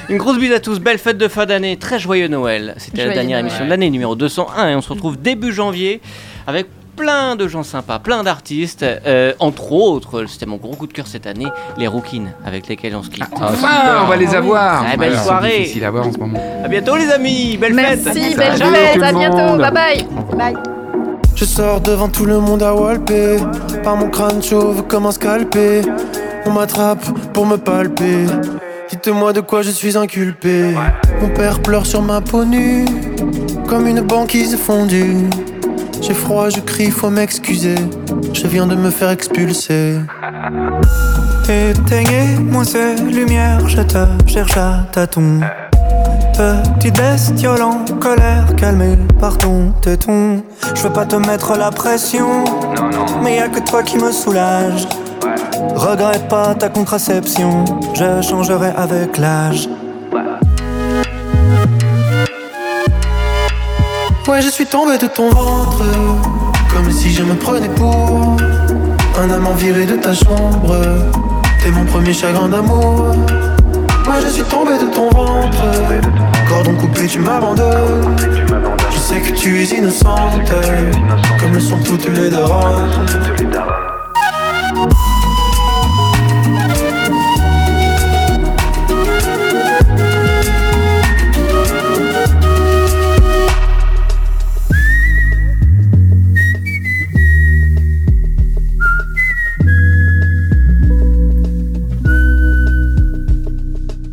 Une grosse bise à tous, belle fête de fin d'année, très joyeux Noël. C'était la Joyeux dernière Noël. émission de l'année numéro 201 et on se retrouve début janvier avec plein de gens sympas, plein d'artistes, euh, entre autres, c'était mon gros coup de cœur cette année, les Rookines avec lesquels on se quitte. Enfin, Ah, on va les avoir. Ah, belle Voilà, soirée. C'est difficile à voir en ce moment. À bientôt les amis, belle fête. Merci, belle Salut tout fête. le À bientôt. monde. Bye bye. Bye. Je sors devant tout le monde à walper. Par mon crâne chauve comme un scalpé. On m'attrape pour me palper. Dites-moi de quoi je suis inculpé. Mon père pleure sur ma peau nue. Comme une banquise fondue. J'ai froid, je crie, faut m'excuser. Je viens de me faire expulser. Éteignez-moi ces lumières, je te cherche à tâtons. Petite bestiole en colère, calmée par ton téton. Je veux pas te mettre la pression, mais y a que toi qui me soulage. Regrette pas ta contraception, je changerai avec l'âge. Ouais, je suis tombé de ton ventre, comme si je me prenais pour un amant viré de ta chambre. T'es mon premier chagrin d'amour. Moi je suis tombé de ton ventre Cordon coupé tu m'abandonnes Je sais que tu es innocente Comme le sont toutes les darons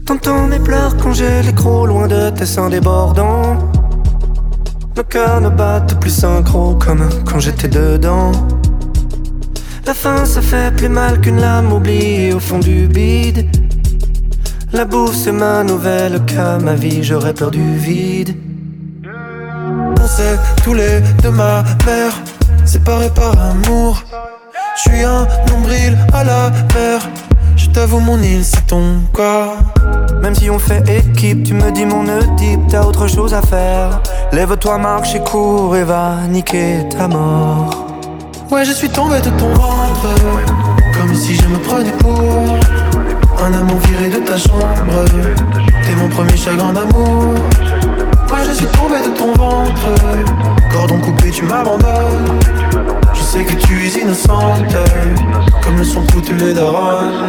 T'entends mes pleurs quand j'ai les crocs loin de tes seins débordants Nos cœurs ne battent plus synchro comme quand j'étais dedans La faim ça fait plus mal qu'une lame oubliée au fond du bide La bouffe c'est ma nouvelle cas, ma vie j'aurais peur du vide On s'est tous les deux ma mère séparés par amour Je suis un nombril à la mer je t'avoue mon île, c'est ton corps. Même si on fait équipe, tu me dis mon nœud deep, t'as autre chose à faire. Lève-toi, marche et cours et va niquer ta mort. Ouais, je suis tombé de ton ventre, comme si je me prenais pour un amant viré de ta chambre. T'es mon premier chagrin d'amour. Ouais, je suis tombé de ton ventre, cordon coupé, tu m'abandonnes. Je sais que tu es innocente, comme le sont toutes les darons.